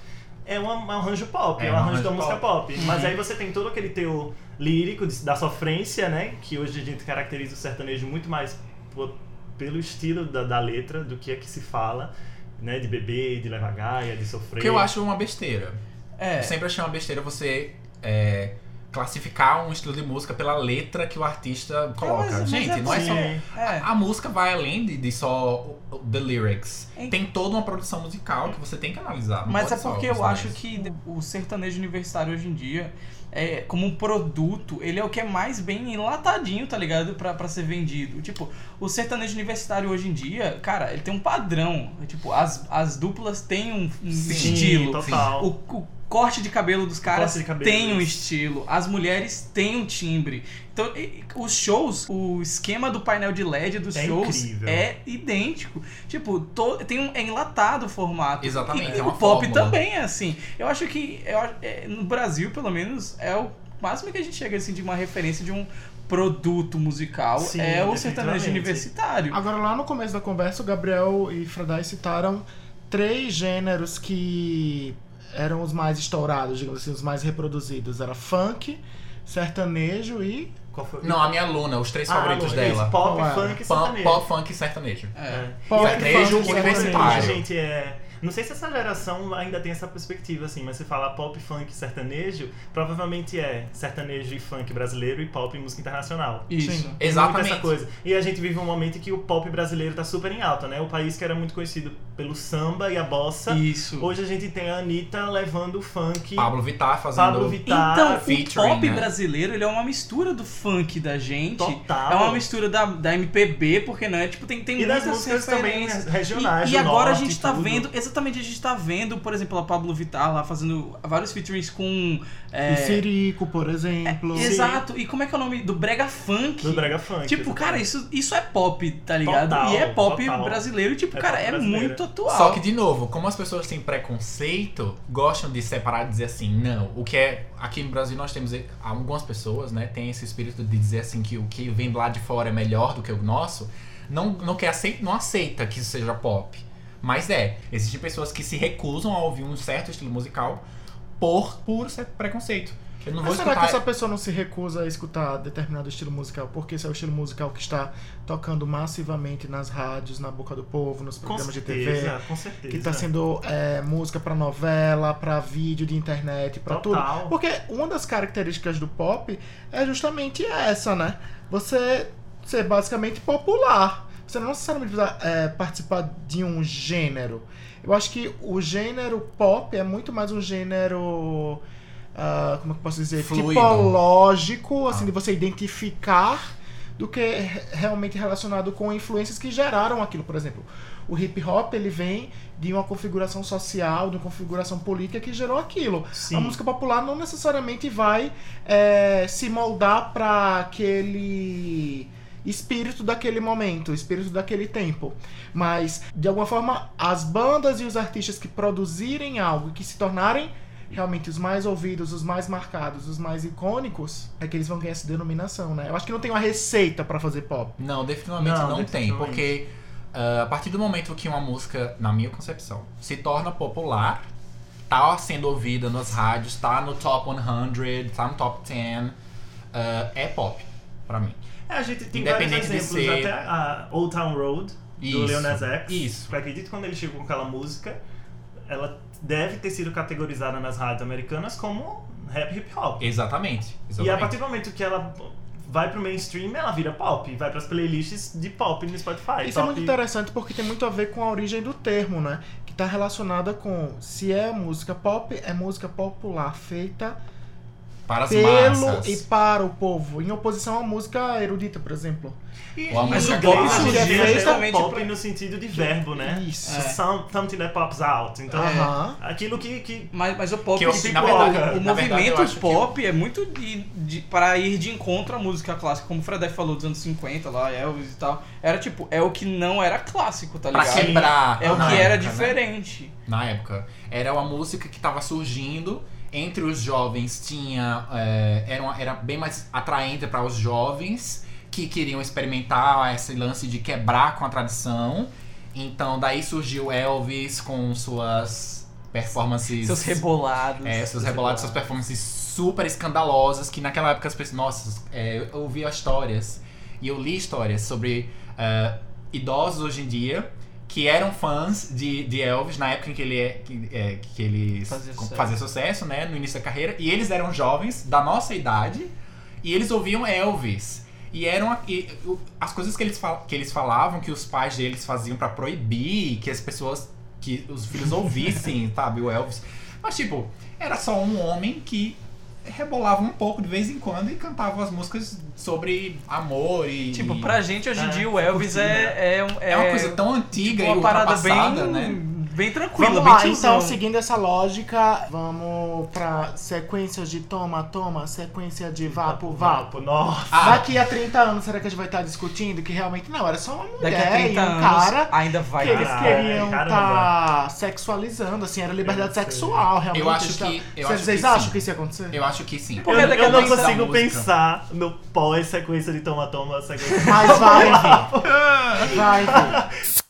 Speaker 1: é um um arranjo pop,
Speaker 2: É
Speaker 1: é, um
Speaker 2: um
Speaker 1: arranjo,
Speaker 2: arranjo
Speaker 1: da música pop. Mas aí você tem todo aquele teu lírico de- da sofrência, né? Que hoje a gente caracteriza o sertanejo muito mais po- pelo estilo da, da letra do que é que se fala, né? De beber, de levar gaia, de sofrer.
Speaker 2: Porque eu acho uma besteira.
Speaker 3: É,
Speaker 2: Eu sempre achei uma besteira você é, classificar um estilo de música pela letra que o artista coloca.
Speaker 3: mas
Speaker 2: Gente,
Speaker 3: é
Speaker 2: não é
Speaker 1: Sim,
Speaker 2: só.
Speaker 1: é.
Speaker 3: é.
Speaker 2: A música vai além de, de só o- o- the lyrics.
Speaker 3: É.
Speaker 2: Tem toda uma produção musical que você tem que analisar. não
Speaker 3: Mas é
Speaker 2: pode só
Speaker 3: porque eu
Speaker 2: considerar
Speaker 3: acho
Speaker 2: isso.
Speaker 3: que o sertanejo universitário hoje em dia, é, como um produto, ele é o que é mais bem enlatadinho, tá ligado? Pra, pra ser vendido. Tipo, o sertanejo universitário hoje em dia, cara, ele tem um padrão. É, Tipo, as, as duplas têm um, um
Speaker 1: Sim,
Speaker 3: estilo.
Speaker 1: total.
Speaker 3: O, o corte de cabelo dos caras
Speaker 1: corte de cabelo,
Speaker 3: tem um
Speaker 1: isso.
Speaker 3: estilo. As mulheres têm um timbre. Então, e- e os shows, o esquema do painel de LED dos
Speaker 1: É
Speaker 3: shows
Speaker 1: incrível.
Speaker 3: é idêntico. Tipo, to, tem um, é enlatado o formato.
Speaker 2: Exatamente,
Speaker 3: E
Speaker 2: é
Speaker 3: o
Speaker 2: uma
Speaker 3: pop
Speaker 2: fórmula.
Speaker 3: também é assim. Eu acho que eu a- é, no Brasil, pelo menos, é o máximo que a gente chega assim, de uma referência de um produto musical.
Speaker 1: Sim,
Speaker 3: é o sertanejo
Speaker 1: definitivamente. Ah,
Speaker 3: universitário.
Speaker 4: Agora, lá no começo da conversa, o Gabriel e Fradai citaram três gêneros que eram os mais estourados, digamos assim, os mais reproduzidos. Era funk, sertanejo e...
Speaker 1: Qual foi?
Speaker 2: Não, a minha aluna, os três
Speaker 1: Ah,
Speaker 2: favoritos
Speaker 1: isso,
Speaker 2: dela.
Speaker 1: Pop,
Speaker 4: Ué.
Speaker 1: funk e
Speaker 2: Pan-
Speaker 1: sertanejo.
Speaker 2: Pop, funk e sertanejo.
Speaker 1: É.
Speaker 4: Pop,
Speaker 1: E sertanejo
Speaker 2: funk,
Speaker 1: universitário.
Speaker 2: sertanejo.
Speaker 1: Gente, é Não sei se essa geração ainda tem essa perspectiva, assim, mas se falar pop, funk, sertanejo, provavelmente é sertanejo e funk brasileiro e pop e música internacional.
Speaker 3: Isso.
Speaker 1: Tem
Speaker 2: Exatamente.
Speaker 1: Muito essa coisa. E a gente vive um momento em que o pop brasileiro tá super em alta, né? O país que era muito conhecido pelo samba e a bossa.
Speaker 3: Isso.
Speaker 1: Hoje a gente tem a Anitta levando o funk.
Speaker 2: Pablo Vittar fazendo.
Speaker 1: Pablo Vittar.
Speaker 3: Então, o
Speaker 2: featuring,
Speaker 3: pop
Speaker 2: né?
Speaker 3: brasileiro, ele é uma mistura do funk da gente.
Speaker 1: Total.
Speaker 3: É uma mistura da, da MPB, porque não é tipo, tem, tem
Speaker 1: E das
Speaker 3: muitas
Speaker 1: músicas também né,
Speaker 3: referências.
Speaker 1: regionais.
Speaker 3: E, e
Speaker 1: do
Speaker 3: agora a
Speaker 1: norte
Speaker 3: gente
Speaker 1: e
Speaker 3: tá
Speaker 1: tudo.
Speaker 3: vendo, exatamente, a gente tá vendo, por exemplo, a Pablo Vittar lá fazendo vários featurings com. é,
Speaker 4: E Sirico, por exemplo.
Speaker 3: Exato, e como é que é o nome? Do Brega Funk.
Speaker 1: Do Brega Funk.
Speaker 3: Tipo, cara, isso, isso é pop, tá ligado?
Speaker 1: Total,
Speaker 3: e é pop
Speaker 1: total.
Speaker 3: brasileiro, e tipo,
Speaker 1: É
Speaker 3: cara,
Speaker 1: pop
Speaker 3: é
Speaker 1: brasileiro.
Speaker 3: muito atual.
Speaker 2: Só que, de novo, como as pessoas têm preconceito, gostam de separar e dizer assim, não. O que é. Aqui no Brasil nós temos. Algumas pessoas, né, tem esse espírito de dizer assim que o que vem lá de fora é melhor do que o nosso. Não, não, quer aceita, não aceita que isso seja pop. Mas é. Existem pessoas que se recusam a ouvir um certo estilo musical por puro se- preconceito. Eu não vou
Speaker 4: Mas será que
Speaker 2: escutar.
Speaker 4: essa pessoa não se recusa a escutar determinado estilo musical? Porque esse é o estilo musical que está tocando massivamente nas rádios, na boca do povo, nos
Speaker 1: Com
Speaker 4: programas de TV.
Speaker 1: certeza, com certeza.
Speaker 4: Que
Speaker 3: tá
Speaker 4: está sendo é, música pra novela, pra vídeo de internet, pra tudo.
Speaker 1: Total.
Speaker 4: Porque uma das características do pop é justamente essa, né? Você ser basicamente popular. Você não necessariamente precisa é, participar de um gênero. Eu acho que o gênero pop é muito mais um gênero. ah, como é que eu posso dizer?
Speaker 2: Fluido.
Speaker 4: Tipológico, assim,
Speaker 2: Ah.
Speaker 4: de você identificar do que é re- realmente relacionado com influências que geraram aquilo, por exemplo. O hip hop ele vem de uma configuração social, de uma configuração política que gerou aquilo.
Speaker 1: Sim.
Speaker 4: A música popular não necessariamente vai é, se moldar para aquele espírito daquele momento, espírito daquele tempo. Mas, de alguma forma, as bandas e os artistas que produzirem algo, que se tornarem realmente os mais ouvidos, os mais marcados, os mais icônicos, é que eles vão ganhar essa denominação, né? Eu acho que não tem uma receita para fazer pop.
Speaker 2: Não, definitivamente
Speaker 1: Não,
Speaker 2: não, tem.
Speaker 1: definitivamente.
Speaker 2: Porque ah, a partir do momento que uma música, na minha concepção, se torna popular, tá sendo ouvida nas rádios, tá no top 100, tá no top 10, ah, é pop, pra mim.
Speaker 1: É, a gente tem vários
Speaker 2: Independente de
Speaker 1: exemplos,
Speaker 2: ser-
Speaker 1: até a Old Town Road, do
Speaker 2: Isso,
Speaker 1: Lil Nas X.
Speaker 2: isso.
Speaker 1: Eu acredito que quando ele chegou com aquela música, ela deve ter sido categorizada nas rádios americanas como rap hip hop.
Speaker 2: Exatamente.
Speaker 1: E a
Speaker 2: exatamente.
Speaker 1: partir do momento que ela vai pro mainstream, ela vira pop. Vai pras playlists de Ah, pop no Spotify.
Speaker 4: Isso é
Speaker 1: Top-
Speaker 4: muito interessante porque tem muito a ver com a origem do termo, né? Que tá relacionada com se é música pop, é música popular feita
Speaker 2: Para as
Speaker 4: pelo
Speaker 2: massas.
Speaker 4: e para o povo, em oposição à música erudita, por exemplo.
Speaker 1: E,
Speaker 2: Ou a
Speaker 1: mas
Speaker 2: música
Speaker 1: o inglês hoje
Speaker 2: clássica.
Speaker 1: em dia
Speaker 4: Surgiu
Speaker 1: é
Speaker 3: justamente
Speaker 1: pop
Speaker 3: pra-
Speaker 1: no sentido de verbo, né?
Speaker 4: Isso.
Speaker 1: So- Something that pops out. Então,
Speaker 2: É.
Speaker 4: Aham.
Speaker 1: aquilo que- que
Speaker 3: Mas, mas o pop,
Speaker 2: Que eu-
Speaker 3: tipo,
Speaker 2: na verdade,
Speaker 3: o- o
Speaker 2: na verdade,
Speaker 3: movimento
Speaker 2: eu acho que-
Speaker 3: pop é muito de, de, para ir de encontro à música clássica, como o Fredek falou dos anos 50 lá, Elvis e tal. Era tipo, é o que não era clássico, tá
Speaker 2: Pra
Speaker 3: ligado?
Speaker 2: quebrar.
Speaker 3: É o
Speaker 2: na
Speaker 3: que era
Speaker 2: época, né?
Speaker 3: diferente.
Speaker 2: na época. Era uma música que estava surgindo entre os jovens, tinha é, era, uma- era bem mais atraente para os jovens que queriam experimentar esse lance de quebrar com a tradição. Então daí surgiu Elvis com suas performances
Speaker 3: Seus rebolados.
Speaker 2: é, seus rebolados, suas performances super escandalosas, que naquela época as pessoas. Nossa, é, eu ouvi histórias e eu li histórias sobre ah, idosos hoje em dia que eram fãs de, de Elvis na época em que ele, é, que, é, que ele
Speaker 3: Fazia
Speaker 2: co-
Speaker 3: sucesso.
Speaker 2: fazia sucesso, né? No início da carreira. E eles eram jovens, da nossa idade, e eles ouviam Elvis. E eram a- e, o- as coisas que eles, fal- que eles falavam que os pais deles faziam pra proibir que as pessoas, que os filhos ouvissem, sabe, o Elvis. Mas, tipo, era só um homem que rebolava um pouco de vez em quando e cantava as músicas sobre amor e.
Speaker 3: Tipo, pra gente hoje em
Speaker 1: É,
Speaker 3: dia o Elvis é, é, um-
Speaker 2: É uma coisa tão
Speaker 3: tipo,
Speaker 2: antiga e
Speaker 3: uma parada
Speaker 2: ultrapassada,
Speaker 3: bem,
Speaker 2: né?
Speaker 3: bem tranquila,
Speaker 4: Vamos
Speaker 3: bem
Speaker 4: lá,
Speaker 3: tiozão.
Speaker 4: então, seguindo essa lógica, vamos pra sequências de toma, toma, sequência de
Speaker 1: Ah,
Speaker 4: vapo, vapo.
Speaker 1: Vapo, nossa.
Speaker 2: Ah.
Speaker 4: Daqui a 30 anos, será que a gente vai estar discutindo que realmente não, era só uma mulher
Speaker 3: Daqui a 30
Speaker 4: e um
Speaker 3: anos
Speaker 4: cara
Speaker 3: ainda vai
Speaker 4: que eles
Speaker 1: Caralho,
Speaker 4: queriam estar
Speaker 1: caramba.
Speaker 4: sexualizando, assim, era liberdade
Speaker 1: Eu não sei.
Speaker 4: sexual, realmente.
Speaker 2: Eu acho
Speaker 4: está-
Speaker 2: que. Eu acho
Speaker 4: Vocês
Speaker 2: que sim.
Speaker 4: acham que isso ia acontecer?
Speaker 2: Eu acho que sim.
Speaker 3: Porque
Speaker 1: eu,
Speaker 3: daqui a
Speaker 1: eu não
Speaker 3: pouco-
Speaker 1: consigo
Speaker 2: Música.
Speaker 1: pensar no pós-sequência de Toma Toma, sequência
Speaker 4: Mas vai vir. Vai vir.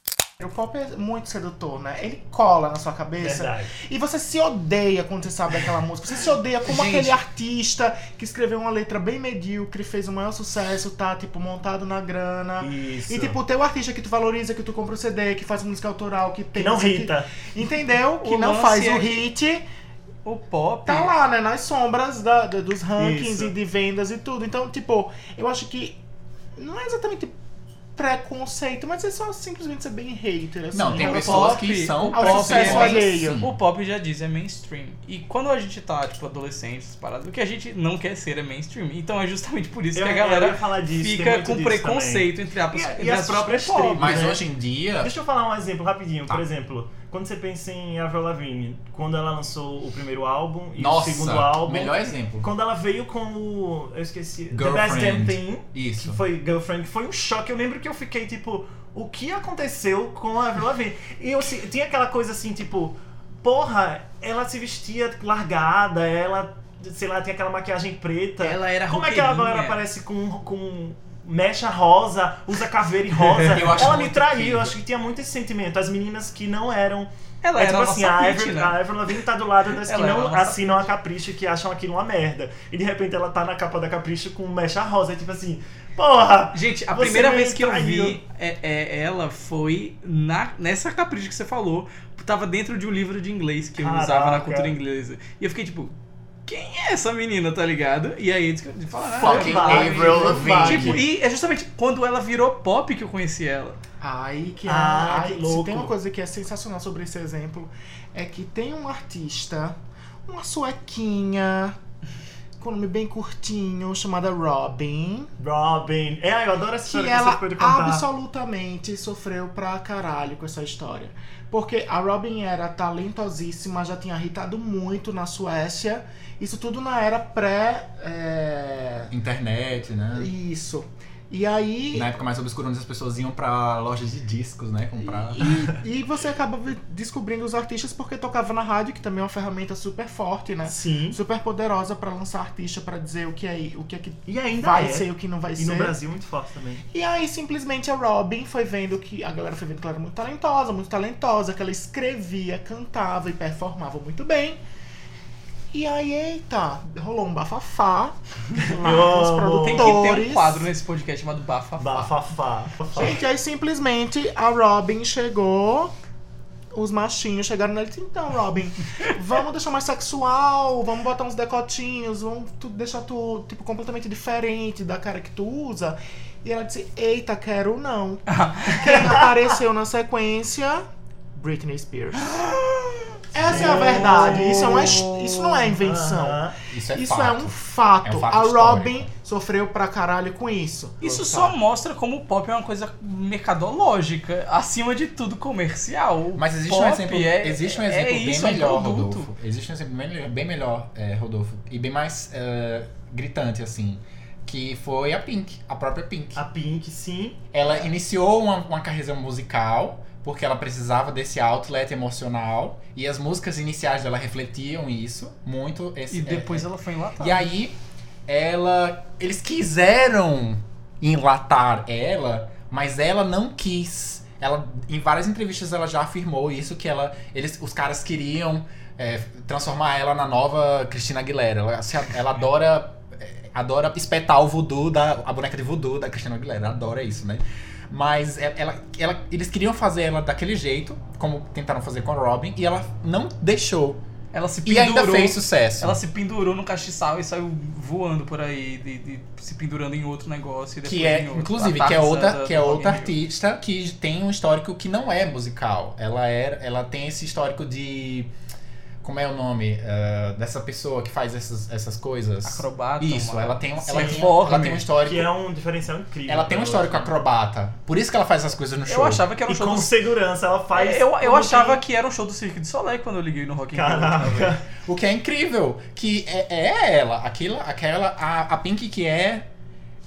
Speaker 4: O pop é muito sedutor, né? Ele cola na sua cabeça.
Speaker 1: Verdade.
Speaker 4: E você se odeia quando você sabe aquela música. Você se odeia como
Speaker 7: Gente.
Speaker 4: aquele artista que escreveu uma letra bem medíocre, fez o maior sucesso, tá, tipo, montado na grana.
Speaker 1: Isso.
Speaker 4: E tipo, o teu artista que tu valoriza, que tu compra o CD, que faz música autoral, que
Speaker 1: que
Speaker 4: tem.
Speaker 1: não
Speaker 4: que-
Speaker 1: Rita.
Speaker 4: entendeu? Que
Speaker 3: O
Speaker 4: não
Speaker 3: lance
Speaker 4: faz
Speaker 3: é
Speaker 4: o
Speaker 3: que-
Speaker 4: hit,
Speaker 3: O pop.
Speaker 4: tá lá, né? Nas sombras da- da- dos rankings
Speaker 1: Isso.
Speaker 4: e de vendas e tudo. Então, tipo, eu acho que não é exatamente preconceito, mas é só simplesmente ser bem hater. Assim,
Speaker 2: Não, tem
Speaker 4: em relação
Speaker 2: pessoas
Speaker 3: pop,
Speaker 2: que são
Speaker 4: ao sucesso
Speaker 2: preconceituosas,
Speaker 4: alheio.
Speaker 2: sim.
Speaker 3: O pop já diz é mainstream. E quando a gente tá, tipo, adolescente, essas paradas, o que a gente não quer ser é mainstream. Então é justamente por isso
Speaker 1: Eu-
Speaker 3: que a
Speaker 1: eu
Speaker 3: galera
Speaker 1: ia falar disso, tem
Speaker 3: fica
Speaker 1: muito
Speaker 3: com
Speaker 1: disso
Speaker 3: preconceito, entre aspas,
Speaker 1: E- e
Speaker 3: entre
Speaker 1: as
Speaker 3: aspas,
Speaker 1: próprias
Speaker 3: com o pop.
Speaker 1: tribos.
Speaker 2: Mas
Speaker 1: né?
Speaker 2: hoje em dia,
Speaker 1: Deixa eu falar um exemplo rapidinho.
Speaker 2: Tá.
Speaker 1: Por exemplo, quando você pensa em Avril Lavigne, quando ela lançou o primeiro álbum e
Speaker 2: nossa,
Speaker 1: o segundo álbum,
Speaker 2: melhor exemplo.
Speaker 1: quando ela veio com o, eu esqueci, The Best Damn
Speaker 2: Girlfriend.
Speaker 1: Thing, que
Speaker 2: Isso.
Speaker 1: foi Girlfriend, que foi um choque. Eu lembro que eu fiquei tipo, o que aconteceu com a Avril Lavigne? E eu se- tinha aquela coisa assim, tipo, porra, ela se vestia largada, ela, sei lá, tinha aquela maquiagem preta.
Speaker 3: Ela era
Speaker 1: Como é que ela agora
Speaker 3: roqueirinha.
Speaker 1: aparece com, com mecha rosa, usa caveira e rosa?
Speaker 2: Eu acho
Speaker 1: ela me
Speaker 2: muito
Speaker 1: traiu,
Speaker 2: incrível.
Speaker 1: eu acho que tinha muito esse sentimento. As meninas que não eram.
Speaker 3: Ela
Speaker 1: é
Speaker 3: era
Speaker 1: tipo assim, a
Speaker 3: nossa
Speaker 1: Ever,
Speaker 3: Pitty,
Speaker 1: a
Speaker 3: né?
Speaker 1: Ever Lavigne tá do lado das que
Speaker 3: Ela era
Speaker 1: não
Speaker 3: nossa
Speaker 1: assinam a Capricho, que acham aquilo uma merda. E de repente ela tá na capa da Capricho com mecha rosa, é tipo assim, porra!
Speaker 3: Gente, a
Speaker 1: Você
Speaker 3: primeira
Speaker 1: me
Speaker 3: vez que eu
Speaker 1: traiu.
Speaker 3: vi é- é- ela foi na, nessa capricho que você falou. Tava dentro de um livro de inglês que eu
Speaker 1: Caraca.
Speaker 3: usava na cultura inglesa. E eu fiquei tipo, quem é essa menina, tá ligado? E aí eles falaram, ah,
Speaker 2: Fucking
Speaker 1: Vai,
Speaker 2: Avril
Speaker 1: vai.
Speaker 2: Lavigne.
Speaker 3: Tipo, e é justamente quando ela virou pop que eu conheci ela.
Speaker 4: Ai, que,
Speaker 1: Ah,
Speaker 4: ai,
Speaker 1: que
Speaker 4: se
Speaker 1: louco.
Speaker 4: tem uma coisa que é sensacional sobre esse exemplo, é que tem um artista, uma suequinha, com nome bem curtinho, chamada Robin,
Speaker 1: Robin. É, eu adoro essa
Speaker 4: que
Speaker 1: história que,
Speaker 4: ela
Speaker 1: você pode contar.
Speaker 4: absolutamente sofreu pra caralho com essa história. Porque a Robin era talentosíssima, já tinha irritado muito na Suécia, isso tudo na era pré... é,
Speaker 2: Internet, né?
Speaker 4: Isso. E aí...
Speaker 2: Na época mais obscura, onde as pessoas iam pra lojas de discos, né? Comprar.
Speaker 4: E, e você acaba vi- descobrindo os artistas porque tocava na rádio, que também é uma ferramenta super forte, né?
Speaker 1: Sim.
Speaker 4: Super poderosa pra lançar artista, pra dizer o que é o que, é que
Speaker 1: E ainda
Speaker 4: vai
Speaker 1: é.
Speaker 4: ser e o que não vai
Speaker 1: E no
Speaker 4: ser.
Speaker 1: Brasil muito forte também.
Speaker 4: E aí simplesmente a Robin foi vendo que a galera foi vendo que ela era muito talentosa, muito talentosa, que ela escrevia, cantava e performava muito bem. E aí, eita, rolou um bafafá.
Speaker 1: Eu
Speaker 4: os
Speaker 1: amo.
Speaker 3: Tem que ter
Speaker 4: produtores.
Speaker 3: um quadro nesse podcast chamado Bafafá.
Speaker 1: Bafafá. Bafafá.
Speaker 4: Gente, aí simplesmente a Robin chegou. Os machinhos chegaram nele e disse, então, Robin, vamos deixar mais sexual, vamos botar uns decotinhos, vamos tu, deixar tu, tipo, completamente diferente da cara que tu usa. E ela disse, eita, quero não. Quem apareceu na sequência? Britney Spears. Essa é a verdade. Isso, é uma, his- isso não é invenção.
Speaker 1: Oh. Aham.
Speaker 2: Isso é
Speaker 4: Isso
Speaker 2: fato.
Speaker 4: é um fato.
Speaker 2: É um fato
Speaker 4: a
Speaker 2: histórico.
Speaker 4: Robin sofreu pra caralho com isso.
Speaker 3: Isso só mostra como o pop é uma coisa mercadológica, acima de tudo comercial. O
Speaker 2: Mas existe um
Speaker 3: pop
Speaker 2: exemplo,
Speaker 3: é-
Speaker 2: existe um
Speaker 3: é
Speaker 2: exemplo bem
Speaker 3: isso, é um
Speaker 2: melhor,
Speaker 3: produto.
Speaker 2: Rodolfo. Existe um exemplo bem melhor, bem melhor, é, Rodolfo. E bem mais é, gritante, assim. Que foi a Pink, a própria Pink.
Speaker 1: A Pink, sim.
Speaker 2: Ela iniciou uma, uma carreira musical porque ela precisava desse outlet emocional. E as músicas iniciais dela refletiam isso muito. Esse,
Speaker 3: E
Speaker 2: é,
Speaker 3: depois ela foi enlatada.
Speaker 2: e aí, ela. Eles quiseram enlatar ela, mas ela não quis. Ela, em várias entrevistas ela já afirmou isso, que ela, eles, os caras queriam é, transformar ela na nova Cristina Aguilera. Ela, se- ela adora, é, adora espetar o voodoo, da, a boneca de voodoo da Cristina Aguilera. Ela adora isso, né? Mas e- ela, ela, eles queriam fazer ela daquele jeito, como tentaram fazer com a Robin, e ela não deixou.
Speaker 3: ela se
Speaker 2: E ainda
Speaker 3: pendurou.
Speaker 2: fez sucesso.
Speaker 3: Ela se pendurou no castiçal e saiu voando por aí, de, de- se pendurando em outro negócio. E depois
Speaker 2: que é
Speaker 3: em outro.
Speaker 2: inclusive
Speaker 3: A
Speaker 2: que é
Speaker 3: Tarsa
Speaker 2: outra
Speaker 3: da-
Speaker 2: que é
Speaker 3: do
Speaker 2: outra
Speaker 3: Morgan Hill.
Speaker 2: artista que tem um histórico que não é musical ela era ela tem esse histórico de como é o nome ah, dessa pessoa que faz essas, essas coisas
Speaker 3: acrobata.
Speaker 2: isso
Speaker 3: uma-
Speaker 2: ela tem ela
Speaker 3: Sim.
Speaker 2: tem, ela tem um
Speaker 3: Performer.
Speaker 2: histórico
Speaker 1: Que é um diferencial incrível.
Speaker 2: ela tem um histórico acrobata por isso que ela faz essas coisas no show
Speaker 3: Eu achava que era um
Speaker 1: E
Speaker 3: show
Speaker 1: com
Speaker 3: do...
Speaker 1: segurança, ela faz.
Speaker 3: Eu, eu
Speaker 1: como
Speaker 3: achava
Speaker 1: quem-
Speaker 3: que era um show do Cirque de Soleil quando eu liguei no Rock in Rio.
Speaker 1: Caraca.
Speaker 2: o que é incrível que é, é ela aquela aquela a, a Pink que é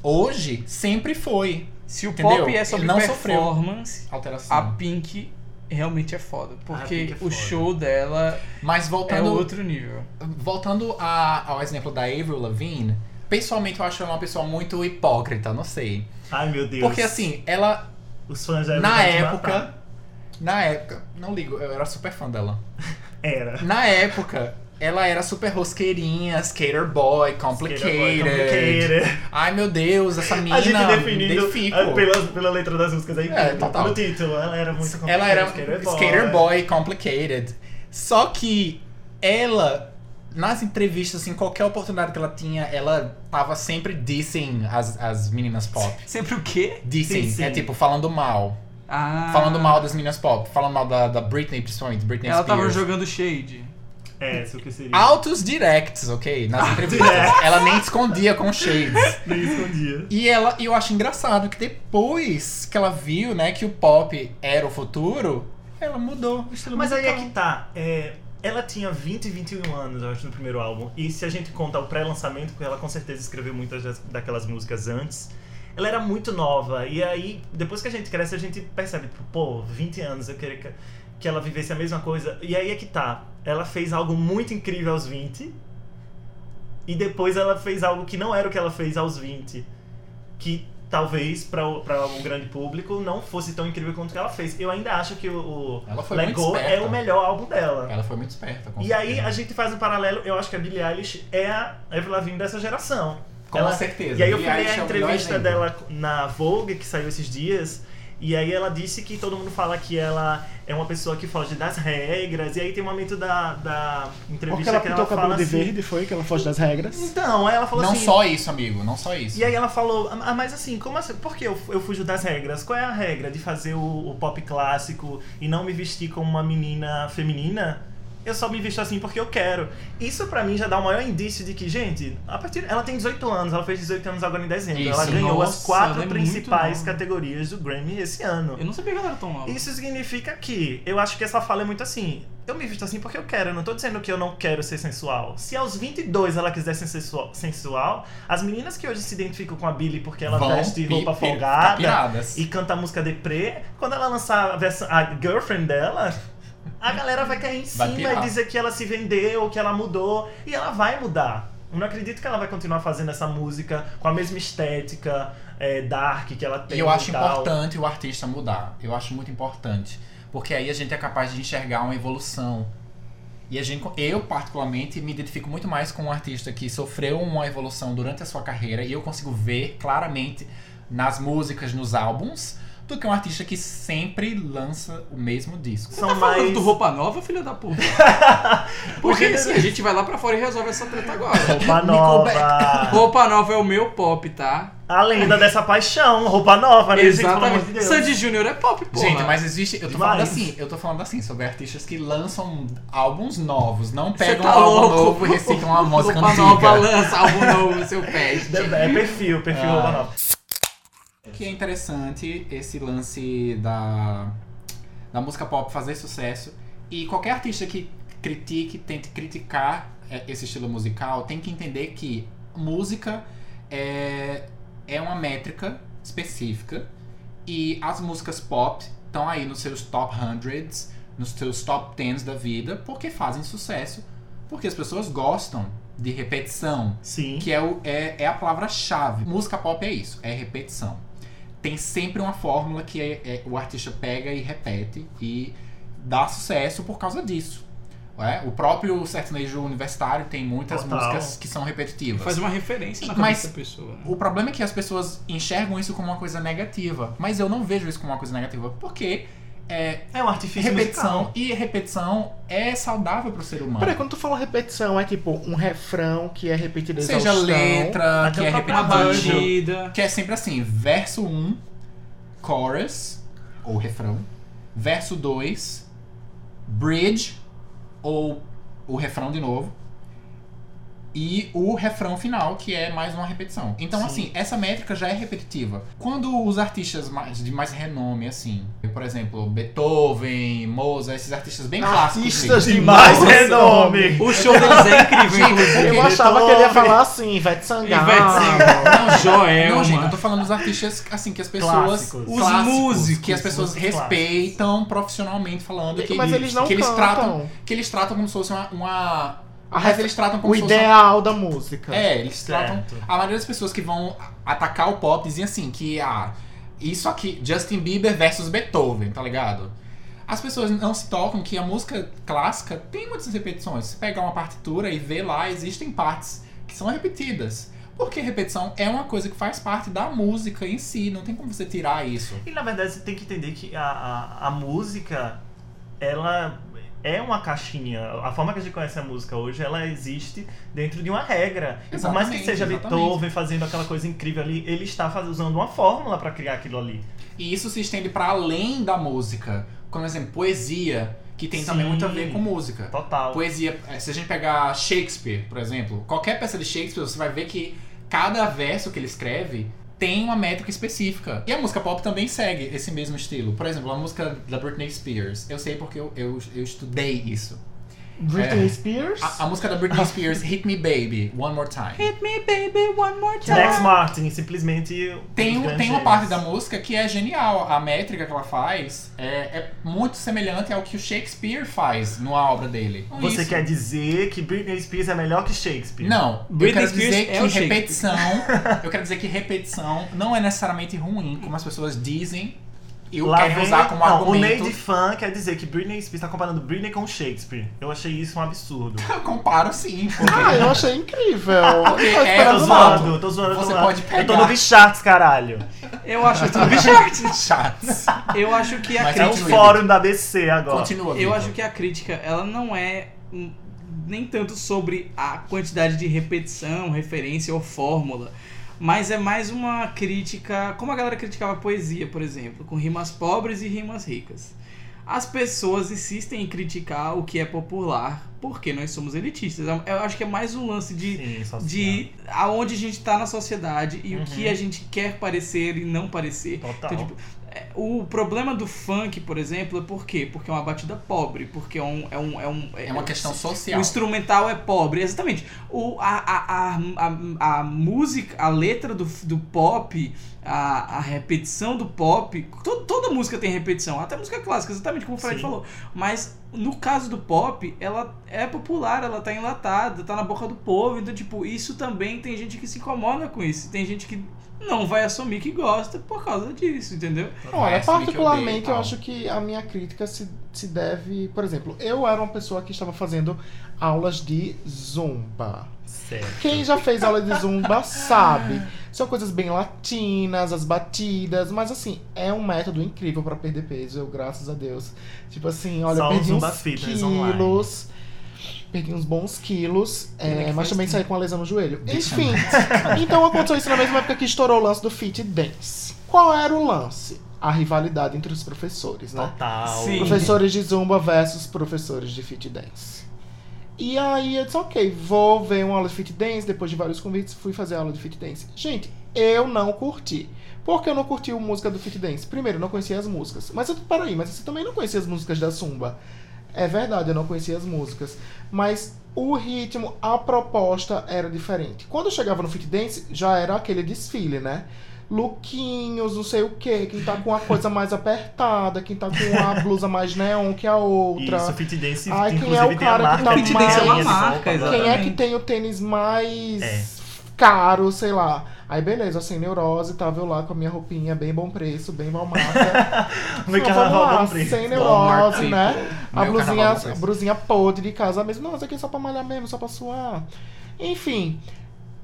Speaker 2: hoje sempre foi
Speaker 3: Se o
Speaker 2: Entendeu?
Speaker 3: pop é sobre
Speaker 2: Ele não sofreu.
Speaker 3: performance,
Speaker 2: alteração
Speaker 3: a Pink realmente é foda.
Speaker 2: Ah,
Speaker 3: Porque
Speaker 1: Pink é
Speaker 3: o
Speaker 1: foda.
Speaker 3: show dela
Speaker 2: mas
Speaker 3: é
Speaker 2: voltando
Speaker 3: outro nível.
Speaker 2: Voltando a- ao exemplo da Avril Lavigne, pessoalmente eu acho ela uma pessoa muito hipócrita, não sei.
Speaker 1: Ai, meu Deus.
Speaker 2: Porque assim, ela
Speaker 1: Os fãs já
Speaker 2: na
Speaker 1: vão te
Speaker 2: época
Speaker 1: matar.
Speaker 2: Na época, não ligo, eu era super fã dela.
Speaker 1: Era.
Speaker 2: Na época, ela era super rosqueirinha, skater boy, complicated.
Speaker 1: Complicated.
Speaker 2: Ai meu Deus, essa menina.
Speaker 1: A gente definindo
Speaker 2: identifico.
Speaker 1: ah, pela, pela letra das músicas aí,
Speaker 2: É,
Speaker 1: no-
Speaker 2: total.
Speaker 1: no título, ela era muito complicada.
Speaker 2: Ela era
Speaker 1: é
Speaker 2: um
Speaker 1: skater boy.
Speaker 2: skater boy, complicated. Só que ela, nas entrevistas, em qualquer oportunidade que ela tinha, ela tava sempre dissing as, as meninas pop.
Speaker 3: Sempre o quê?
Speaker 2: Dissing,
Speaker 1: Dissing.
Speaker 2: é tipo, falando mal.
Speaker 3: Ah.
Speaker 2: Falando mal das meninas pop. Falando mal da, da Britney, principalmente, Britney
Speaker 3: Ela
Speaker 2: Spears.
Speaker 3: tava jogando shade.
Speaker 1: É, isso que seria.
Speaker 2: Altos directs, ok? Nas entrevistas. Ela nem escondia com shades.
Speaker 1: Nem escondia.
Speaker 2: E ela, e eu acho engraçado que depois que ela viu, né, que o pop era o futuro, ela mudou o estilo
Speaker 1: Mas aí é
Speaker 2: musical.
Speaker 1: que tá. é, ela tinha 20 e 21 anos, eu acho, no primeiro álbum. E se a gente conta o pré-lançamento, porque ela com certeza escreveu muitas das- daquelas músicas antes. Ela era muito nova. E aí, depois que a gente cresce, a gente percebe, tipo, pô, 20 anos, eu queria que, que ela vivesse a mesma coisa. E aí é que tá. Ela fez algo muito incrível aos 20. E depois ela fez algo que não era o que ela fez aos 20. Que talvez para o pra o grande público não fosse tão incrível quanto o que ela fez. Eu ainda acho que o, o
Speaker 2: Ela foi
Speaker 1: Let
Speaker 2: muito
Speaker 1: Go é
Speaker 2: esperta.
Speaker 1: o melhor álbum dela.
Speaker 2: Ela foi muito esperta. com
Speaker 1: E aí
Speaker 2: certeza.
Speaker 1: a gente faz um paralelo, eu acho que a Billie Eilish é a Avril Lavigne dessa geração.
Speaker 2: Com
Speaker 1: ela-
Speaker 2: certeza.
Speaker 1: E aí eu fui
Speaker 2: Billie
Speaker 1: ler
Speaker 2: Eilish
Speaker 1: a
Speaker 2: é o melhor
Speaker 1: entrevista
Speaker 2: exemplo.
Speaker 1: dela na Vogue, que saiu esses dias, e aí ela disse que todo mundo fala que ela é uma pessoa que foge das regras, e aí tem um momento da, da
Speaker 4: Porque
Speaker 1: entrevista
Speaker 4: ela
Speaker 1: que ela
Speaker 4: pintou o cabelo
Speaker 1: fala
Speaker 4: de
Speaker 1: assim...
Speaker 4: verde, foi? Que ela foge das regras.
Speaker 1: Então, aí ela falou
Speaker 2: Não
Speaker 1: assim...
Speaker 2: só isso, amigo, não só isso.
Speaker 1: E aí ela falou, ah, mas assim, como assim? Por que eu, eu fujo das regras? Qual é a regra de fazer o, o pop clássico e não me vestir como uma menina feminina? Eu só me visto assim porque eu quero. Isso pra mim já dá o maior indício de que, gente, a partir ela tem 18 anos, ela fez 18 anos agora em dezembro.
Speaker 2: Isso,
Speaker 1: ela ganhou as
Speaker 3: nossa,
Speaker 1: quatro
Speaker 3: ela é muito
Speaker 1: principais
Speaker 3: nova.
Speaker 1: categorias do Grammy esse ano.
Speaker 3: Eu não sabia que ela era tão nova.
Speaker 1: Isso significa que eu acho que essa fala é muito assim. Eu me visto assim porque eu quero, eu não tô dizendo que eu não quero ser sensual. Se aos 22 ela quiser ser sensual, sensual as meninas que hoje se identificam com a Billy porque ela
Speaker 2: Vão
Speaker 1: veste
Speaker 2: pi-
Speaker 1: roupa
Speaker 2: pi- ficar
Speaker 1: folgada
Speaker 2: piradas.
Speaker 1: e canta a música deprê, quando ela lançar a, versão- a girlfriend dela, a galera vai cair em
Speaker 2: Vai
Speaker 1: cima e
Speaker 2: pirar.
Speaker 1: dizer que ela se vendeu, que ela mudou, e ela vai mudar. Eu não acredito que ela vai continuar fazendo essa música com a mesma estética é, dark que ela tem.
Speaker 2: E eu acho
Speaker 1: tal.
Speaker 2: importante o artista mudar. Eu acho muito importante. Porque aí a gente é capaz de enxergar uma evolução. E a gente, eu, particularmente, me identifico muito mais com um artista que sofreu uma evolução durante a sua carreira e eu consigo ver claramente nas músicas, nos álbuns, do que um artista que sempre lança o mesmo disco.
Speaker 1: São
Speaker 3: Tá falando
Speaker 1: mais-
Speaker 3: do roupa nova, filha da puta? Porque assim, a gente vai lá pra fora e resolve essa treta agora.
Speaker 1: Roupa nova.
Speaker 3: Roupa nova é o meu pop, tá?
Speaker 1: A lenda dessa paixão, roupa nova, né? gente? Pelo amor de
Speaker 3: Exatamente.
Speaker 1: Deus.
Speaker 3: Sandy Júnior é pop, porra.
Speaker 2: Gente, mas existe. Eu tô
Speaker 1: Demais.
Speaker 2: falando assim, eu tô falando assim, sobre artistas que lançam álbuns novos, não
Speaker 3: Cê
Speaker 2: pegam
Speaker 3: tá
Speaker 2: um álbum
Speaker 3: louco?
Speaker 2: novo e reciclam uma música
Speaker 3: Roupa nova,
Speaker 2: antiga.
Speaker 3: lança álbum novo, seu pé.
Speaker 1: É perfil, perfil
Speaker 2: Ah.
Speaker 1: roupa nova.
Speaker 2: O que é interessante esse lance da, da música pop fazer sucesso. E qualquer artista que critique, tente criticar é, esse estilo musical, tem que entender que música é, é uma métrica específica. E as músicas pop estão aí nos seus top hundreds, nos seus top tens da vida, porque fazem sucesso, porque as pessoas gostam de repetição,
Speaker 1: Sim.
Speaker 2: que é, o- é- é a palavra-chave. Música pop é isso, é repetição. Tem sempre uma fórmula que é- é- o artista pega e repete e dá sucesso por causa disso. né? O próprio sertanejo universitário tem muitas
Speaker 1: Total.
Speaker 2: músicas que são repetitivas.
Speaker 3: Faz uma referência na
Speaker 2: Mas-
Speaker 3: cabeça da pessoa. né?
Speaker 2: O problema é que as pessoas enxergam isso como uma coisa negativa, mas eu não vejo isso como uma coisa negativa, porque é,
Speaker 1: É um artifício
Speaker 2: repetição
Speaker 1: musical.
Speaker 2: e repetição é saudável para o ser humano.
Speaker 4: Peraí, quando tu fala repetição, é tipo um refrão que é repetido
Speaker 2: Seja
Speaker 4: exaustão.
Speaker 2: letra,
Speaker 1: Até
Speaker 2: que é
Speaker 1: o próprio
Speaker 3: Uma
Speaker 2: repetitivo,
Speaker 3: bandida.
Speaker 2: Que é sempre assim, verso 1, chorus, ou refrão. Verso 2, bridge, ou o refrão de novo. E o refrão final, que é mais uma repetição. Então,
Speaker 1: Sim.
Speaker 2: assim, essa métrica já é repetitiva. Quando os artistas mais, de mais renome, assim, por exemplo, Beethoven, Mozart, esses artistas bem clássicos.
Speaker 4: Artistas
Speaker 2: gente.
Speaker 4: de mais
Speaker 1: Mais
Speaker 4: renome.
Speaker 1: renome.
Speaker 3: O show deles é incrível, inclusive.
Speaker 4: Eu achava que ele ia falar assim, Ivete Sangalo.
Speaker 3: Ivete Sangalo.
Speaker 2: Não,
Speaker 3: Joelma.
Speaker 2: Não, gente, eu tô falando dos artistas, assim, que as pessoas.
Speaker 1: Clássicos.
Speaker 3: Os músicos,
Speaker 2: Que as pessoas
Speaker 1: músicos
Speaker 2: respeitam profissionalmente falando. Que
Speaker 4: Mas eles não
Speaker 2: que eles tratam
Speaker 4: cantam.
Speaker 2: Que eles tratam como se fosse uma. uma...
Speaker 4: A
Speaker 2: Mas
Speaker 4: ref-
Speaker 2: eles tratam como
Speaker 4: O
Speaker 2: se fosse. uma-
Speaker 4: ideal da música.
Speaker 2: É, eles tratam.
Speaker 1: Tá. Certo.
Speaker 2: A maioria das pessoas que vão atacar o pop dizem assim: que ah, isso aqui, Justin Bieber versus Beethoven, tá ligado? A as pessoas não se tocam que a música clássica tem muitas repetições. Se pegar uma partitura e ver lá, existem partes que são repetidas. Porque repetição é uma coisa que faz parte da música em si, não tem como você tirar isso.
Speaker 1: E na verdade você tem que entender que a, a, a música, ela é uma caixinha. A forma que a gente conhece a música hoje, ela existe dentro de uma regra. E por mais que
Speaker 2: Exatamente,
Speaker 1: seja
Speaker 2: exatamente.
Speaker 1: Beethoven fazendo aquela coisa incrível ali, ele está faz- usando uma fórmula para criar aquilo ali.
Speaker 2: E isso se estende para além da música. Como exemplo, poesia, que tem
Speaker 1: Sim.
Speaker 2: também muito a ver com música.
Speaker 1: Total.
Speaker 2: Poesia, eh, se a gente pegar Shakespeare, por exemplo, qualquer peça de Shakespeare, você vai ver que cada verso que ele escreve tem uma métrica específica. E a música pop também segue esse mesmo estilo. Por exemplo, a música da Britney Spears. Eu sei porque eu, eu, eu estudei isso.
Speaker 4: Britney Spears.
Speaker 2: É. A, a música da Britney Spears, Hit Me Baby, One More Time.
Speaker 3: Hit me, baby, one more time.
Speaker 1: Max Martin, simplesmente. um
Speaker 2: é. Tem,
Speaker 1: dos
Speaker 2: um-
Speaker 1: grandes
Speaker 2: tem uma
Speaker 1: gênios.
Speaker 2: parte da música que é genial. A métrica que ela faz é, é muito semelhante ao que o Shakespeare faz numa obra dele. Então,
Speaker 1: Você
Speaker 2: isso-
Speaker 1: quer dizer que Britney Spears é melhor que Shakespeare?
Speaker 2: Não, eu
Speaker 3: Britney
Speaker 2: quero dizer
Speaker 3: Spears é o
Speaker 2: que
Speaker 3: Shakespeare.
Speaker 2: repetição. eu quero dizer que repetição não é necessariamente ruim, como as pessoas dizem. E o
Speaker 1: Lá
Speaker 2: querem
Speaker 1: vem-
Speaker 2: usar como
Speaker 1: não, O
Speaker 2: argumento.
Speaker 1: Lady Fan quer dizer que Britney Spears tá comparando Britney com Shakespeare. Eu achei isso um absurdo.
Speaker 2: Eu comparo sim. porque-
Speaker 4: Ah, eu achei incrível. Eu tava
Speaker 2: é,
Speaker 1: Eu tô
Speaker 4: esperando
Speaker 2: Exato.
Speaker 1: zoando, eu tô zoando. eu tô
Speaker 2: Você
Speaker 1: zoando.
Speaker 2: pode
Speaker 1: Eu tô
Speaker 2: pegar.
Speaker 1: no Bicharts, caralho.
Speaker 3: Eu acho que
Speaker 2: Chatos.
Speaker 3: Eu acho que a
Speaker 2: Mas
Speaker 1: É um
Speaker 2: Continue.
Speaker 3: crítica.
Speaker 1: fórum da ABC agora.
Speaker 2: Continua.
Speaker 3: Eu
Speaker 2: Vitor.
Speaker 3: acho que a crítica, ela não é hum, nem tanto sobre a quantidade de repetição, referência ou fórmula. Mas é mais uma crítica, como a galera criticava a poesia, por exemplo, com rimas pobres e rimas ricas. As pessoas insistem em criticar o que é popular porque nós somos elitistas. Eu acho que é mais um lance de
Speaker 1: Sim, assim, social.
Speaker 3: de aonde a gente tá na sociedade e o que a gente quer parecer e não parecer.
Speaker 1: Total.
Speaker 3: Então, tipo, é, o problema do funk, por exemplo, é por quê? Porque é uma batida pobre, porque é um. É, um, é, um,
Speaker 2: É uma questão social.
Speaker 3: O instrumental é pobre, exatamente. O, a, a, a, a, a música, a letra do, do pop, a, a repetição do pop, to, toda música tem repetição, até música clássica, exatamente como o Fred
Speaker 1: Sim.
Speaker 3: falou. Mas no caso do pop, ela é popular, ela tá enlatada, tá na boca do povo, então, tipo, isso também tem gente que se incomoda com isso, tem gente que não vai assumir que gosta por causa disso, entendeu?
Speaker 2: Vai
Speaker 4: Olha,
Speaker 2: assumir que odeia e
Speaker 4: é particularmente eu
Speaker 2: tal.
Speaker 4: acho que a minha crítica se, se deve. Por exemplo, eu era uma pessoa que estava fazendo aulas de zumba.
Speaker 1: Certo.
Speaker 4: Quem já fez aula de zumba sabe. São coisas bem latinas, as batidas, mas assim, é um método incrível pra perder peso, eu, graças a Deus. Tipo assim, olha,
Speaker 1: Só
Speaker 4: eu perdi
Speaker 1: o Zumba
Speaker 4: uns
Speaker 1: Fitness
Speaker 4: quilos. Perdi uns bons quilos,
Speaker 2: Pena
Speaker 4: é,
Speaker 2: que
Speaker 4: mas
Speaker 2: fez
Speaker 1: assim.
Speaker 4: também
Speaker 2: tempo.
Speaker 4: saí com uma lesão no joelho.
Speaker 2: Deixa
Speaker 4: Enfim, então aconteceu isso na mesma época que estourou o lance do Fit Dance. Qual era o lance? A rivalidade entre os professores, né?
Speaker 1: Total.
Speaker 3: Sim.
Speaker 4: Professores de Zumba versus professores de Fit Dance. E aí eu disse, ok, vou ver uma aula de Fit Dance, depois de vários convites, fui fazer a aula de Fit Dance. Gente, eu não curti. Por que eu não curti a música do Fit Dance? Primeiro, eu não conhecia as músicas. Mas eu, peraí, mas você também não conhecia as músicas da Zumba. É verdade, eu não conhecia as músicas. Mas o ritmo, a proposta era diferente. Quando eu chegava no Fit Dance, já era aquele desfile, né? Luquinhos, não sei o quê. Quem tá com a coisa mais apertada, quem tá com a blusa mais neon que a outra.
Speaker 1: Isso, Fit Dance,
Speaker 4: Ai, quem é
Speaker 1: inclusive,
Speaker 4: o
Speaker 1: tem a
Speaker 4: cara
Speaker 1: marca.
Speaker 4: que tá
Speaker 1: de
Speaker 4: Fit Dance é uma
Speaker 1: tênis,
Speaker 3: marca,
Speaker 1: roupa,
Speaker 3: exato.
Speaker 4: Quem é que
Speaker 3: Exatamente.
Speaker 4: tem o tênis mais
Speaker 1: É.
Speaker 4: caro, sei lá. Aí beleza, sem neurose, tava eu lá com a minha roupinha, bem bom preço, bem malmarca.
Speaker 1: Como é que
Speaker 4: Não,
Speaker 1: ela
Speaker 4: vamos
Speaker 1: rouba
Speaker 4: lá,
Speaker 1: um preço?
Speaker 4: sem
Speaker 2: Walmart,
Speaker 4: neurose,
Speaker 2: tipo,
Speaker 4: né? A
Speaker 2: meu
Speaker 4: blusinha,
Speaker 2: carnaval, assim.
Speaker 4: a
Speaker 2: mas-
Speaker 4: blusinha podre de casa mesmo. Não, isso aqui é só pra malhar mesmo, só pra suar. Enfim,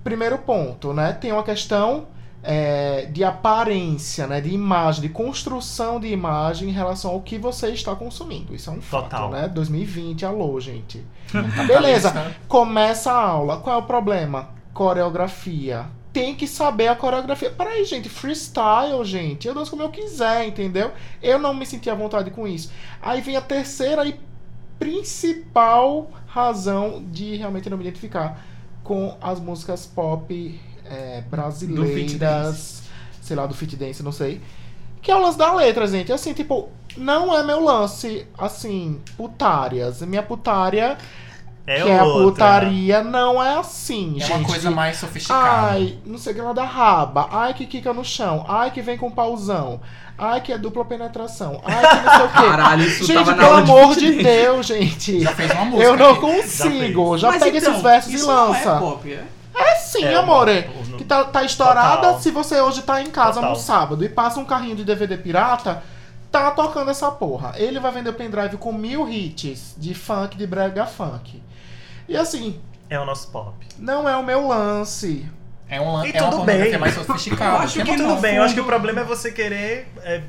Speaker 4: primeiro ponto, né? Tem uma questão é, de aparência, né? De imagem, de construção de imagem em relação ao que você está consumindo. Isso é um fato,
Speaker 1: Total.
Speaker 4: né? 2020, alô, gente.
Speaker 2: Tá
Speaker 4: Beleza.
Speaker 2: lista.
Speaker 4: Começa a aula. Qual é o problema? Coreografia. Tem que saber a coreografia. Peraí, gente, freestyle, gente. Eu danço como eu quiser, entendeu? Eu não me senti à vontade com isso. Aí vem a terceira e principal razão de realmente não me identificar com as músicas pop é, brasileiras. Sei lá, do fit dance, não sei. Que é o lance da letra, gente. Assim, tipo, não é meu lance, assim, putárias. Minha putária
Speaker 1: É
Speaker 4: que é a
Speaker 1: outra.
Speaker 4: putaria não é assim,
Speaker 2: É
Speaker 4: gente.
Speaker 2: uma coisa mais sofisticada.
Speaker 4: Ai, não sei o que lá da raba. Ai, que quica no chão. Ai, que vem com pauzão. Ai, que é dupla penetração. Ai, que não sei o quê.
Speaker 3: Caralho, isso
Speaker 4: gente,
Speaker 3: tava na
Speaker 4: pelo
Speaker 3: aula
Speaker 4: amor
Speaker 3: de
Speaker 4: de Deus, gente.
Speaker 2: Já fez uma música.
Speaker 4: Eu não
Speaker 2: aqui.
Speaker 4: consigo. Já,
Speaker 3: Mas
Speaker 4: pega
Speaker 3: então,
Speaker 4: esses versos e
Speaker 3: isso não
Speaker 4: lança.
Speaker 3: É pop, é?
Speaker 4: É sim,
Speaker 1: É,
Speaker 4: amore.
Speaker 1: o- o-
Speaker 4: Que tá, tá estourada
Speaker 1: Total.
Speaker 4: se você hoje tá em casa
Speaker 1: Total.
Speaker 4: no sábado e passa um carrinho de DVD pirata. Tá tá tocando essa porra. Ele vai vender o pendrive com mil hits de funk, de brega funk. E assim,
Speaker 1: É o nosso pop.
Speaker 4: não é o meu lance.
Speaker 2: É um
Speaker 1: E
Speaker 2: é uma
Speaker 1: tudo
Speaker 2: banda
Speaker 1: bem.
Speaker 2: que é mais sofisticada.
Speaker 3: Eu acho
Speaker 2: que é
Speaker 3: que
Speaker 2: muito
Speaker 1: Tudo
Speaker 3: no
Speaker 1: bem, eu acho que
Speaker 3: fundo-
Speaker 1: o problema é você querer é,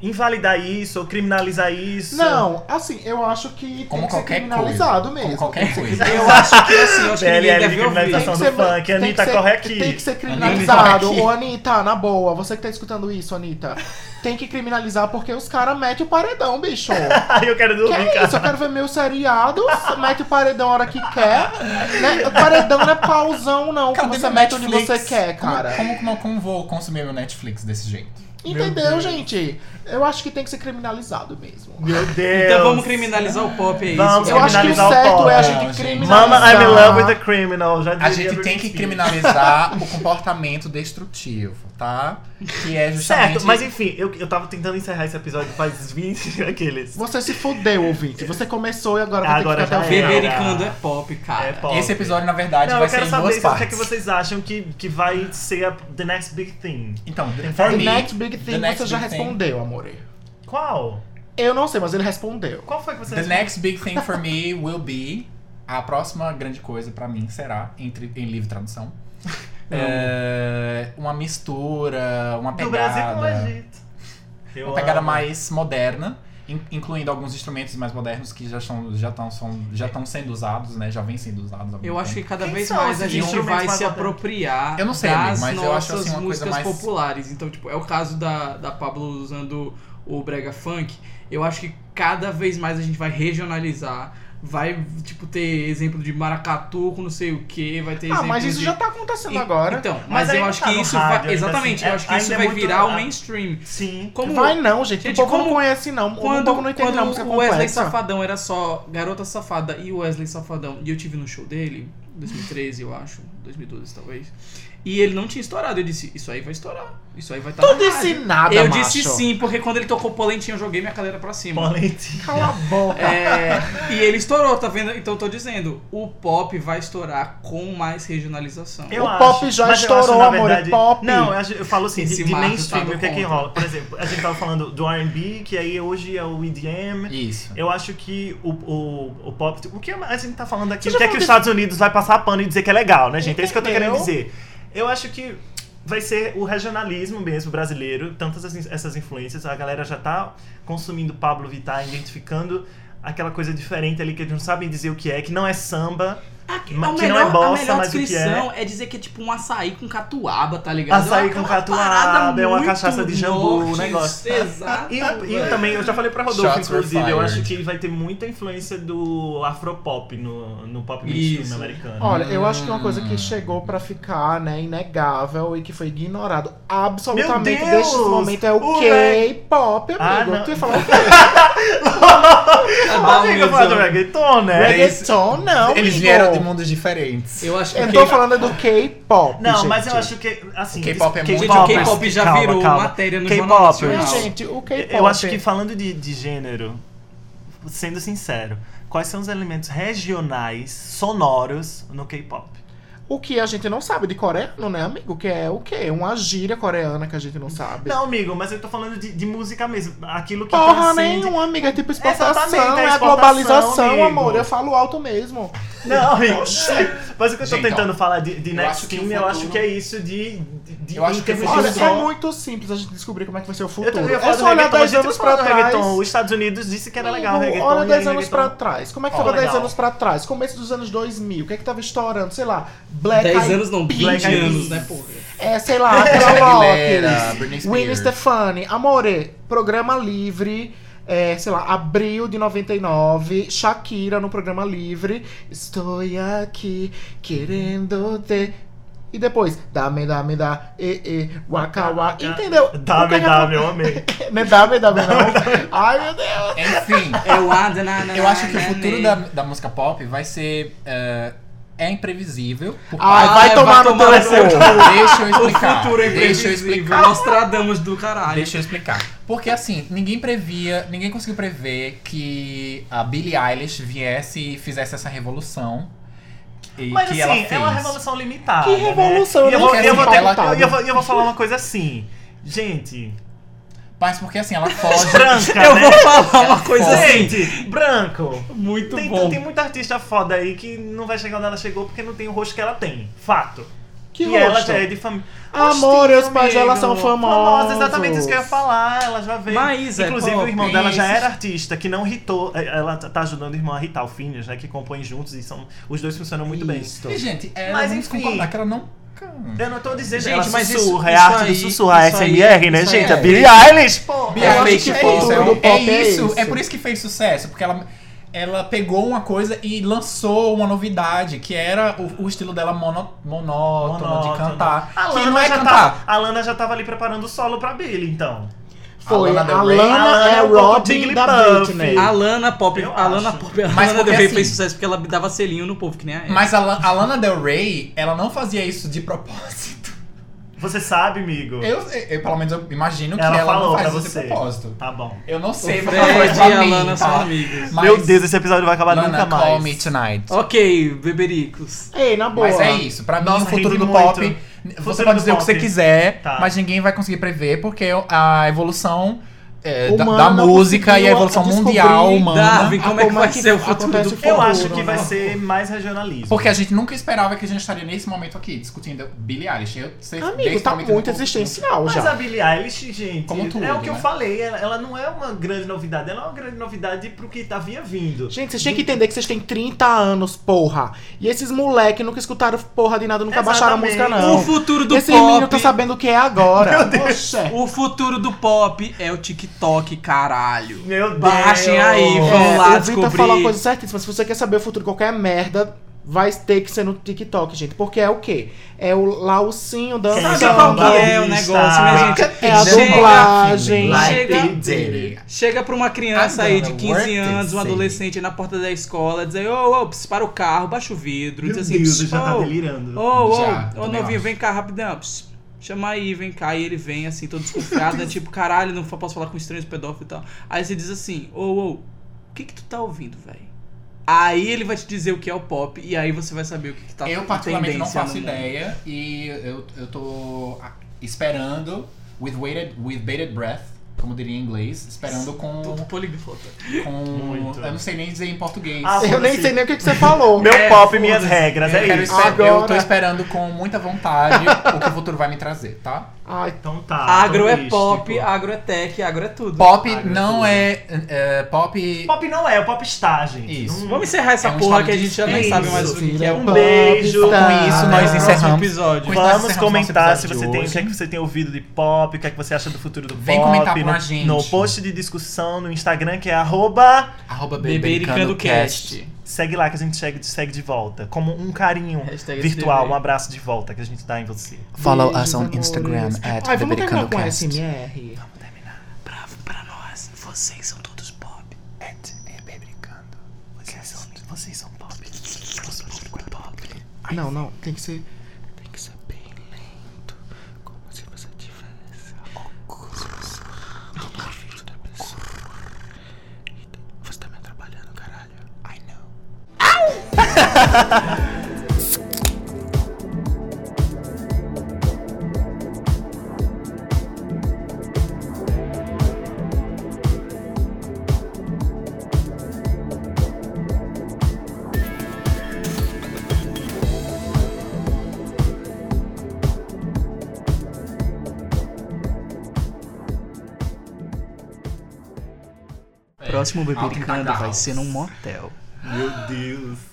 Speaker 1: invalidar isso ou criminalizar isso.
Speaker 4: Não, assim, eu acho
Speaker 2: Como
Speaker 4: que tem que ser
Speaker 2: qualquer
Speaker 4: criminalizado
Speaker 2: coisa.
Speaker 4: mesmo.
Speaker 2: Como qualquer
Speaker 4: Tem que ser
Speaker 2: coisa.
Speaker 3: Eu acho que assim, eu acho que ninguém
Speaker 1: PLL
Speaker 3: deve
Speaker 1: criminalização.
Speaker 3: ouvir.
Speaker 1: Ação do
Speaker 4: ser-
Speaker 1: funk,
Speaker 4: tem que
Speaker 1: Anitta,
Speaker 4: ser-
Speaker 1: corre aqui.
Speaker 4: Tem que ser
Speaker 2: Anitta,
Speaker 4: criminalizado.
Speaker 2: corre aqui.
Speaker 4: Ô, Anitta, na boa, você que tá escutando isso, Anitta, tem que criminalizar porque os caras metem o paredão, bicho.
Speaker 1: Aí eu quero
Speaker 4: Que
Speaker 1: dormir,
Speaker 4: é
Speaker 1: cara.
Speaker 4: isso? Eu quero ver meu seriado, mete o paredão a hora que quer. Né? O paredão não é pausão, não, que
Speaker 2: Cadê
Speaker 4: você
Speaker 2: meu
Speaker 4: mete onde
Speaker 2: Netflix?
Speaker 4: você quer,
Speaker 2: Como- é-
Speaker 4: cara.
Speaker 2: Como, como, como vou consumir meu Netflix desse jeito?
Speaker 4: Entendeu, gente? Eu acho que tem que ser criminalizado mesmo.
Speaker 1: Meu Deus.
Speaker 3: Então vamos criminalizar o pop, é isso.
Speaker 1: Vamos
Speaker 4: Eu acho que o
Speaker 1: Criminalizar o
Speaker 4: certo é a
Speaker 1: pop,
Speaker 4: gente
Speaker 2: gente.
Speaker 4: criminalizar.
Speaker 1: Mama, I'm in love with a criminal. Já
Speaker 2: A
Speaker 1: diria
Speaker 2: gente tem
Speaker 1: Britney
Speaker 2: que
Speaker 1: Spears.
Speaker 2: criminalizar o comportamento destrutivo, tá? Que é justamente.
Speaker 1: Certo, mas enfim, eu, eu tava tentando encerrar esse episódio faz 20 aqueles.
Speaker 4: Você se fudeu, ouvinte. Você começou e agora vai
Speaker 1: Agora
Speaker 4: ter que ficar
Speaker 1: já
Speaker 4: até o fim.
Speaker 1: era.
Speaker 3: Bebericando é pop, cara.
Speaker 1: É pop.
Speaker 2: Ah, Esse episódio, na verdade,
Speaker 1: Não,
Speaker 2: vai
Speaker 1: eu
Speaker 2: ser
Speaker 1: quero
Speaker 2: em
Speaker 1: saber
Speaker 2: duas
Speaker 1: se- o que,
Speaker 2: partes.
Speaker 1: é que vocês acham que, que vai ser a, the next big thing.
Speaker 2: Então, for
Speaker 4: The
Speaker 2: me,
Speaker 4: next big
Speaker 2: the
Speaker 4: thing
Speaker 2: next
Speaker 4: você já
Speaker 2: big thing-
Speaker 4: respondeu, amor.
Speaker 1: Qual?
Speaker 4: Eu não sei, mas ele respondeu.
Speaker 1: Qual foi que você
Speaker 2: The
Speaker 1: respondeu?
Speaker 2: next big thing for me will be. A próxima grande coisa pra mim será, entre, em livre tradução, é, uma mistura, uma
Speaker 1: Do
Speaker 2: pegada.
Speaker 1: Brasil com o Egito. Eu
Speaker 2: uma pegada
Speaker 1: amo.
Speaker 2: mais moderna, in- incluindo alguns instrumentos mais modernos que já estão já estão são- já estão sendo usados, né? Já vêm sendo usados. há algum
Speaker 3: Eu acho que
Speaker 2: tempo.
Speaker 3: cada
Speaker 1: Quem
Speaker 3: vez
Speaker 1: são
Speaker 3: mais a
Speaker 1: esses
Speaker 3: gente
Speaker 1: instrumentos
Speaker 3: vai
Speaker 1: mais
Speaker 3: se
Speaker 1: modernos?
Speaker 3: apropriar
Speaker 2: Eu não sei,
Speaker 3: das
Speaker 2: amigo, mas eu acho,
Speaker 3: nossas
Speaker 2: assim, uma coisa
Speaker 3: músicas
Speaker 2: mais-
Speaker 3: populares. Então, tipo, é o caso da, da Pablo usando o brega funk. Eu acho que cada vez mais a gente vai regionalizar. Vai, tipo, ter exemplo de maracatu com não sei o que, vai ter
Speaker 4: Ah,
Speaker 3: exemplo
Speaker 4: mas isso
Speaker 3: de...
Speaker 2: é
Speaker 4: já tá acontecendo
Speaker 3: E-
Speaker 4: agora.
Speaker 3: Então, mas,
Speaker 1: Mas aí
Speaker 3: eu
Speaker 1: não
Speaker 3: acho
Speaker 1: tá
Speaker 3: que
Speaker 1: no
Speaker 3: isso
Speaker 1: rádio,
Speaker 3: vai...
Speaker 1: ainda
Speaker 3: Exatamente,
Speaker 1: assim,
Speaker 3: eu
Speaker 1: é-
Speaker 3: acho que isso
Speaker 1: ainda é
Speaker 3: vai
Speaker 1: muito-
Speaker 3: virar o
Speaker 1: ah.
Speaker 3: mainstream.
Speaker 1: Sim.
Speaker 3: então, Como
Speaker 4: Vai não, gente.
Speaker 3: Gente,
Speaker 4: o povo
Speaker 3: como-
Speaker 4: não conhece, não. o
Speaker 3: Quando,
Speaker 4: povo não entende, não.
Speaker 3: quando
Speaker 4: Música
Speaker 3: o Wesley tá
Speaker 4: complexa.
Speaker 3: Safadão era só Garota Safada e o Wesley Safadão, e eu tive no show dele, 2013, eu acho, 2012 talvez, e ele não tinha estourado, eu disse, isso aí vai estourar, isso aí vai estar
Speaker 4: Tu disse nada,
Speaker 3: Eu
Speaker 4: macho.
Speaker 3: disse sim, porque quando ele tocou Polentinha, eu joguei minha cadeira pra cima.
Speaker 1: Polente.
Speaker 4: Cala a boca.
Speaker 3: É, e ele estourou, tá vendo? Então eu tô dizendo, o pop vai estourar com mais regionalização.
Speaker 1: Eu
Speaker 4: O
Speaker 1: acho,
Speaker 4: pop já
Speaker 1: mas eu acho,
Speaker 4: estourou,
Speaker 1: na
Speaker 4: amor,
Speaker 1: verdade-
Speaker 4: pop.
Speaker 1: Não, eu, acho- eu falo assim,
Speaker 3: Esse
Speaker 1: de, de
Speaker 3: Marcos
Speaker 1: mainstream,
Speaker 3: tá do
Speaker 1: o que é que
Speaker 3: contra.
Speaker 1: rola? Por exemplo, a gente tava falando do R&B, que aí hoje é o EDM.
Speaker 2: Isso.
Speaker 1: Eu acho que o, o, o pop. O que a gente tá falando aqui?
Speaker 4: Você
Speaker 1: O
Speaker 4: já
Speaker 1: que é que
Speaker 4: falou
Speaker 1: os
Speaker 4: desse-
Speaker 1: Estados Unidos vai passar pano e dizer que é legal, né, gente? É isso que eu tô
Speaker 4: Entendeu?
Speaker 1: querendo dizer. Eu acho que vai ser o regionalismo mesmo brasileiro, tantas as- essas influências. A galera já tá consumindo Pablo Vittar, identificando aquela coisa diferente ali que eles não sabem dizer o que é, que não é samba.
Speaker 3: A,
Speaker 1: Ma-
Speaker 3: a
Speaker 1: que não é
Speaker 3: melhor,
Speaker 1: bossa,
Speaker 3: a melhor
Speaker 1: mas o que é-
Speaker 3: descrição é... dizer que é tipo um açaí com catuaba, tá ligado?
Speaker 1: Açaí
Speaker 3: É
Speaker 1: com
Speaker 3: uma
Speaker 1: catuaba,
Speaker 3: parada
Speaker 1: é uma
Speaker 3: muito
Speaker 1: cachaça de jambu, um
Speaker 3: norte,
Speaker 1: negócio.
Speaker 3: Exato.
Speaker 1: E,
Speaker 4: Tá
Speaker 1: e
Speaker 3: velho.
Speaker 1: também, eu já falei pra Rodolfo,
Speaker 2: Shots were
Speaker 1: inclusive, eu
Speaker 2: fired.
Speaker 1: acho que vai ter muita influência do afropop no, no pop
Speaker 3: Isso.
Speaker 1: mainstream americano.
Speaker 4: Olha, eu acho que uma coisa que chegou pra ficar, né, inegável e que foi ignorado absolutamente
Speaker 1: Meu Deus!
Speaker 4: deste momento é o
Speaker 1: O
Speaker 4: K-pop,
Speaker 1: Ah,
Speaker 4: amigo.
Speaker 1: não.
Speaker 4: tu ia falar o quê?
Speaker 3: Tá
Speaker 1: Ah,
Speaker 3: bom,
Speaker 1: amiga, eu falo do
Speaker 3: Wilson.
Speaker 1: reggaeton, né?
Speaker 4: Reggaeton, não,
Speaker 2: Eles
Speaker 4: amigo.
Speaker 2: vieram de mundos diferentes.
Speaker 3: Eu acho que
Speaker 4: Eu
Speaker 3: o
Speaker 4: É, tô
Speaker 3: K-
Speaker 4: falando do K-pop,
Speaker 1: Não,
Speaker 4: gente.
Speaker 1: mas eu acho que, assim...
Speaker 2: O K-pop é
Speaker 1: K-pop-
Speaker 2: muito-
Speaker 3: Gente, o K-pop já
Speaker 1: Calma,
Speaker 3: virou
Speaker 1: calma.
Speaker 3: matéria no
Speaker 1: K-pop,
Speaker 3: jornal
Speaker 4: Mas,
Speaker 3: nacional.
Speaker 4: gente, o K-pop...
Speaker 1: Eu acho que falando de, de gênero, sendo sincero, quais são os elementos regionais, sonoros, no K-pop?
Speaker 4: O que a gente não sabe de coreano, né, amigo? Que é o quê? Uma gíria coreana que a gente não sabe.
Speaker 1: Não, amigo, mas eu tô falando de, de música mesmo. Aquilo que
Speaker 4: Porra
Speaker 1: transcende...
Speaker 4: nenhuma, amiga. É tipo exportação, é,
Speaker 1: Exatamente, é
Speaker 4: a
Speaker 1: exportação,
Speaker 4: globalização,
Speaker 1: amigo.
Speaker 4: amor. Eu falo alto mesmo.
Speaker 1: Não, amigo. Mas o que eu tô
Speaker 2: Gente,
Speaker 1: tentando
Speaker 2: ó,
Speaker 1: falar de, de
Speaker 2: eu
Speaker 1: Next
Speaker 2: acho que
Speaker 1: Team,
Speaker 2: o
Speaker 1: eu acho
Speaker 2: futuro-
Speaker 1: que é isso de. de, de
Speaker 2: Eu acho
Speaker 1: em
Speaker 2: que o
Speaker 1: termos de
Speaker 4: Olha,
Speaker 2: futuro-
Speaker 1: som.
Speaker 4: é muito simples a gente descobrir como é que vai ser o
Speaker 1: Eu
Speaker 4: futuro.
Speaker 1: também ia
Speaker 4: É
Speaker 1: falar
Speaker 4: só olhar 10 anos pra trás.
Speaker 1: reggaeton. Os Estados Unidos disse que era legal o
Speaker 4: Amigo,
Speaker 1: reggaeton.
Speaker 4: Olha
Speaker 1: e aí
Speaker 4: 10
Speaker 1: o
Speaker 4: anos pra
Speaker 1: reggaeton-
Speaker 4: trás. Como é que
Speaker 1: Ó,
Speaker 4: tava 10
Speaker 1: legal.
Speaker 4: anos pra trás? Começo dos anos 2000. O que é que tava estourando? Sei lá, Black
Speaker 3: 10
Speaker 4: Eyed
Speaker 3: anos não,
Speaker 4: Peas.
Speaker 3: 20
Speaker 1: Eyed
Speaker 3: anos,
Speaker 1: Peas.
Speaker 3: né, porra?
Speaker 4: É, sei lá, Clara
Speaker 2: Aguilera,
Speaker 4: Lopes,
Speaker 2: Britney
Speaker 4: Winnie
Speaker 2: Spears.
Speaker 4: Stefani, Amore, Programa Livre, é, sei lá, Abril de 99, Shakira no Programa Livre, Estou aqui querendo te... E depois, dame, dame, dá, e, e, waka, waka, entendeu? O que
Speaker 1: Dame,
Speaker 4: é que
Speaker 1: dame, eu amei.
Speaker 4: acon- Não é dame, dame, não. Ai, meu Deus.
Speaker 2: Enfim,
Speaker 3: Eu ando na- na-
Speaker 2: eu acho que o
Speaker 3: na-
Speaker 2: futuro da,
Speaker 3: na-
Speaker 2: da música pop vai ser. eh, é imprevisível. por
Speaker 4: Ai,
Speaker 1: Ah,
Speaker 2: causa-
Speaker 4: vai tomar no
Speaker 3: tomar
Speaker 4: teu
Speaker 3: no
Speaker 4: cu.
Speaker 2: Deixa eu
Speaker 3: O
Speaker 2: explicar.
Speaker 3: futuro é
Speaker 2: deixa eu
Speaker 3: imprevisível.
Speaker 2: explicar.
Speaker 3: Nostradamus do caralho.
Speaker 2: Deixa eu explicar. Porque assim, ninguém previa, ninguém conseguiu prever que a Billie Eilish viesse e fizesse essa revolução. E
Speaker 1: Mas assim,
Speaker 2: que ela fez.
Speaker 1: é uma revolução limitada.
Speaker 4: Que revolução?
Speaker 1: Né? E eu,
Speaker 4: Eu
Speaker 1: vou,
Speaker 2: não
Speaker 1: eu, vou,
Speaker 2: quero
Speaker 1: eu,
Speaker 2: ela-
Speaker 1: vou, eu vou falar uma coisa assim. Gente,
Speaker 2: Mas porque assim, ela foge.
Speaker 1: Branca,
Speaker 3: Eu
Speaker 1: né?
Speaker 3: vou falar uma coisa assim.
Speaker 1: é, Gente, branco.
Speaker 3: Muito
Speaker 1: Tem,
Speaker 3: bom.
Speaker 1: tem muita artista foda aí que não vai chegar onde ela chegou porque não tem o rosto que ela tem. Fato.
Speaker 4: Que
Speaker 1: e
Speaker 4: rosto?
Speaker 1: ela já é de família.
Speaker 4: Amor, os pais dela são famosos.
Speaker 1: exatamente isso que eu ia falar. Ela já veio.
Speaker 3: Maísa, é
Speaker 1: Inclusive,
Speaker 3: qual?
Speaker 1: o irmão dela já
Speaker 3: Esses-
Speaker 1: era artista, que não ritou. Ela tá tá ajudando o irmão a ritar o Phineas, né? Que compõem juntos e são. Os dois funcionam muito bem.
Speaker 2: E, gente, é um ela,
Speaker 1: Mas,
Speaker 2: vamos
Speaker 1: enfim.
Speaker 2: concordar que ela não canta.
Speaker 1: Eu não tô dizendo
Speaker 3: Gente,
Speaker 1: ela
Speaker 3: mas isso-
Speaker 1: sussurra, é
Speaker 3: isso
Speaker 1: a arte
Speaker 3: aí-
Speaker 1: do sussurrar, é
Speaker 3: isso aí-
Speaker 1: ASMR, né,
Speaker 3: isso
Speaker 1: gente? É
Speaker 2: aí é-
Speaker 1: Billie Eilish, pô!
Speaker 2: Bia,
Speaker 4: Eu acho
Speaker 2: fez
Speaker 4: que
Speaker 2: que
Speaker 4: é
Speaker 2: fez,
Speaker 4: isso,
Speaker 2: é,
Speaker 4: do
Speaker 2: um-
Speaker 4: pop
Speaker 2: é
Speaker 4: é
Speaker 2: isso,
Speaker 4: isso.
Speaker 2: é por isso que fez sucesso, porque ela, ela pegou uma coisa e lançou uma novidade, que era o, o estilo dela mono, monótono, de
Speaker 1: Monótono.
Speaker 2: cantar.
Speaker 1: A
Speaker 2: que
Speaker 1: Lana,
Speaker 2: não é
Speaker 1: já tá
Speaker 2: cantar.
Speaker 1: tava, a Lana já tava ali preparando o solo pra Billie, então.
Speaker 4: Foi,
Speaker 2: A
Speaker 4: a
Speaker 2: Lana
Speaker 4: Lana,
Speaker 2: Del Rey.
Speaker 1: A Lana
Speaker 4: é
Speaker 1: é um pouco
Speaker 4: Robin da
Speaker 1: Jigglypuff.
Speaker 4: Britney.
Speaker 3: A Lana Pop,
Speaker 1: Eu
Speaker 3: a Lana
Speaker 1: acho.
Speaker 3: Pop, a
Speaker 2: Mas
Speaker 3: Lana
Speaker 2: porque
Speaker 3: Del Rey
Speaker 2: assim-
Speaker 3: fez sucesso porque ela dava selinho no povo, que nem a
Speaker 2: Mas a, La- a Lana Del Rey, ela não fazia isso de propósito.
Speaker 1: Você sabe, amigo?
Speaker 2: Eu, eu pelo menos, eu imagino que
Speaker 1: Ela
Speaker 2: ela,
Speaker 1: falou
Speaker 2: não faz
Speaker 1: pra
Speaker 2: isso
Speaker 1: você.
Speaker 2: de propósito.
Speaker 1: Tá bom.
Speaker 2: Eu não sei,
Speaker 3: o
Speaker 2: mas ela
Speaker 3: Fred
Speaker 2: faz
Speaker 3: e
Speaker 2: pra
Speaker 3: a
Speaker 2: mim,
Speaker 3: Lana são
Speaker 2: tá?
Speaker 3: amigos.
Speaker 2: Mas-
Speaker 1: Meu Deus, esse episódio vai acabar
Speaker 2: Lana,
Speaker 1: nunca mais.
Speaker 2: call me tonight.
Speaker 3: Ok, bebericos.
Speaker 4: Ei, na boa.
Speaker 2: Mas é isso, pra mim
Speaker 1: Nossa,
Speaker 2: o futuro
Speaker 1: rende
Speaker 2: do pop,
Speaker 1: muito.
Speaker 2: você
Speaker 1: Futuro do
Speaker 2: pode dizer o que
Speaker 1: pop.
Speaker 2: você quiser,
Speaker 1: Tá.
Speaker 2: mas ninguém vai conseguir prever, porque a evolução é, da,
Speaker 4: Humana
Speaker 2: da
Speaker 4: não
Speaker 2: música e a
Speaker 4: conseguiu
Speaker 2: evolução
Speaker 4: descobrir
Speaker 2: mundial humana.
Speaker 3: Darwin, como é que
Speaker 4: como
Speaker 3: vai
Speaker 4: é que
Speaker 3: ser o futuro
Speaker 4: acontece
Speaker 3: do
Speaker 4: o
Speaker 1: Eu
Speaker 4: Foram,
Speaker 1: acho que
Speaker 4: né?
Speaker 1: vai ser mais regionalismo.
Speaker 2: Porque é a gente nunca esperava que a gente estaria nesse momento aqui, discutindo Billie Eilish. Eu sei,
Speaker 4: Amigo,
Speaker 2: desde
Speaker 4: tá
Speaker 2: o momento é
Speaker 4: muito
Speaker 2: do-
Speaker 4: existencial
Speaker 1: Mas
Speaker 4: já.
Speaker 1: a Billie Eilish, gente,
Speaker 2: Como tudo,
Speaker 1: é o que eu
Speaker 2: né?
Speaker 1: falei. Ela, ela não é uma grande novidade. Ela é uma grande novidade pro que tá vinha vindo.
Speaker 4: Gente, vocês têm que entender que vocês têm 30 anos, porra. E esses moleque nunca escutaram porra de nada, nunca baixaram a
Speaker 1: Exatamente.
Speaker 4: música,
Speaker 3: O
Speaker 4: não.
Speaker 3: futuro do
Speaker 4: Esse menino tá
Speaker 3: pop.
Speaker 4: sabendo o que é agora. Meu Deus.
Speaker 3: O futuro do pop é o TikTok, caralho.
Speaker 1: Meu Deus.
Speaker 3: Baixem aí, vão lá
Speaker 4: o Vitor
Speaker 3: descobrir.
Speaker 4: falou a coisa certíssima. Se você quer saber o futuro de qualquer merda, vai ter que ser no TikTok, gente. Porque é o quê? É o laucinho dançando.
Speaker 3: Sabe qual que é o negócio, né, gente?
Speaker 4: É a
Speaker 3: Chega,
Speaker 4: dublagem.
Speaker 3: Like
Speaker 1: Chega.
Speaker 3: they Chega pra uma criança aí de 15 anos, um adolescente aí na porta da escola, diz aí, ô, ô, pss, para o carro, baixa o vidro,
Speaker 1: Meu
Speaker 3: diz assim,
Speaker 1: Deus,
Speaker 3: pss,
Speaker 1: já tá
Speaker 3: ô,
Speaker 1: delirando.
Speaker 3: ô, ô,
Speaker 2: Já,
Speaker 3: ô,
Speaker 2: também
Speaker 3: novinho,
Speaker 2: acho.
Speaker 3: vem cá rapidão, pss, chama aí, vem cá, e ele vem assim, todo desconfiado, né, tipo, caralho, não fa- posso falar com estranhos pedófilos e tal. Aí você diz assim, ô, ô, o que que tu tá ouvindo, velho? Aí ele vai te dizer o que é o pop, e aí você vai saber o que, que tá
Speaker 2: Eu
Speaker 3: em
Speaker 2: particularmente não
Speaker 3: tendência
Speaker 2: faço
Speaker 3: no mundo.
Speaker 2: ideia e eu, eu tô ah, esperando with, waited, with bated breath, como diria em inglês, esperando com...
Speaker 3: Todo poliglota.
Speaker 2: com
Speaker 1: Muito.
Speaker 2: Eu não sei nem dizer em português.
Speaker 1: Ah,
Speaker 4: Eu nem sei nem o que, que você falou.
Speaker 1: Meu
Speaker 3: É,
Speaker 1: pop, minhas
Speaker 3: foda-se.
Speaker 1: regras.
Speaker 2: eu,
Speaker 1: É,
Speaker 2: quero
Speaker 1: isso.
Speaker 2: esper- eu tô
Speaker 4: Agora.
Speaker 2: esperando com muita vontade o que o futuro vai me trazer, tá?
Speaker 4: Ai,
Speaker 1: Então tá.
Speaker 3: agro
Speaker 1: tô
Speaker 3: é
Speaker 1: triste,
Speaker 3: pop,
Speaker 1: pô.
Speaker 3: agro é tech, agro é tudo.
Speaker 2: Pop
Speaker 1: Ah,
Speaker 2: não
Speaker 1: meu
Speaker 2: é, é, Pop.
Speaker 1: Pop não é, o pop está, gente.
Speaker 2: Isso.
Speaker 1: Não-
Speaker 3: Vamos encerrar essa
Speaker 2: É um
Speaker 3: porra
Speaker 2: estado
Speaker 3: que a
Speaker 2: de né?
Speaker 3: gente já nem
Speaker 1: espírito.
Speaker 3: sabe mais o que que é o
Speaker 1: Um
Speaker 3: pop.
Speaker 1: beijo.
Speaker 2: Com isso, nós
Speaker 3: Até o
Speaker 2: encerramos.
Speaker 3: próximo episódio.
Speaker 2: Com- Nós
Speaker 1: Vamos
Speaker 2: encerramos
Speaker 1: comentar
Speaker 2: nosso
Speaker 1: se
Speaker 2: episódio
Speaker 1: você
Speaker 2: de
Speaker 1: tem o
Speaker 2: hoje.
Speaker 1: que, é que você tem ouvido de pop, o que é que você acha do futuro do
Speaker 2: Vem
Speaker 1: pop.
Speaker 2: comentar com
Speaker 1: no,
Speaker 2: a gente.
Speaker 1: No post de discussão no Instagram, que é arroba.
Speaker 2: Arroba
Speaker 3: Bebericando
Speaker 2: BebericanoCast.
Speaker 3: Cast.
Speaker 1: Segue lá que a gente segue, segue de volta. Como um carinho
Speaker 3: Hashtag
Speaker 1: virtual,
Speaker 3: SDV.
Speaker 1: um abraço de volta que a gente dá em você.
Speaker 2: Follow
Speaker 4: Beijos,
Speaker 2: us on
Speaker 4: amores.
Speaker 2: Instagram at
Speaker 4: Ai, vamos terminar com
Speaker 2: BebericanoCast.
Speaker 4: SMR.
Speaker 3: Bravo pra nós, vocês são todos pop. é
Speaker 1: Vocês são, vocês são pop.
Speaker 4: Não, não, tem que ser.
Speaker 3: Próximo
Speaker 2: Alto em
Speaker 3: bebericando vai
Speaker 2: Tagarros.
Speaker 3: ser num motel.
Speaker 2: É.
Speaker 1: Meu Deus.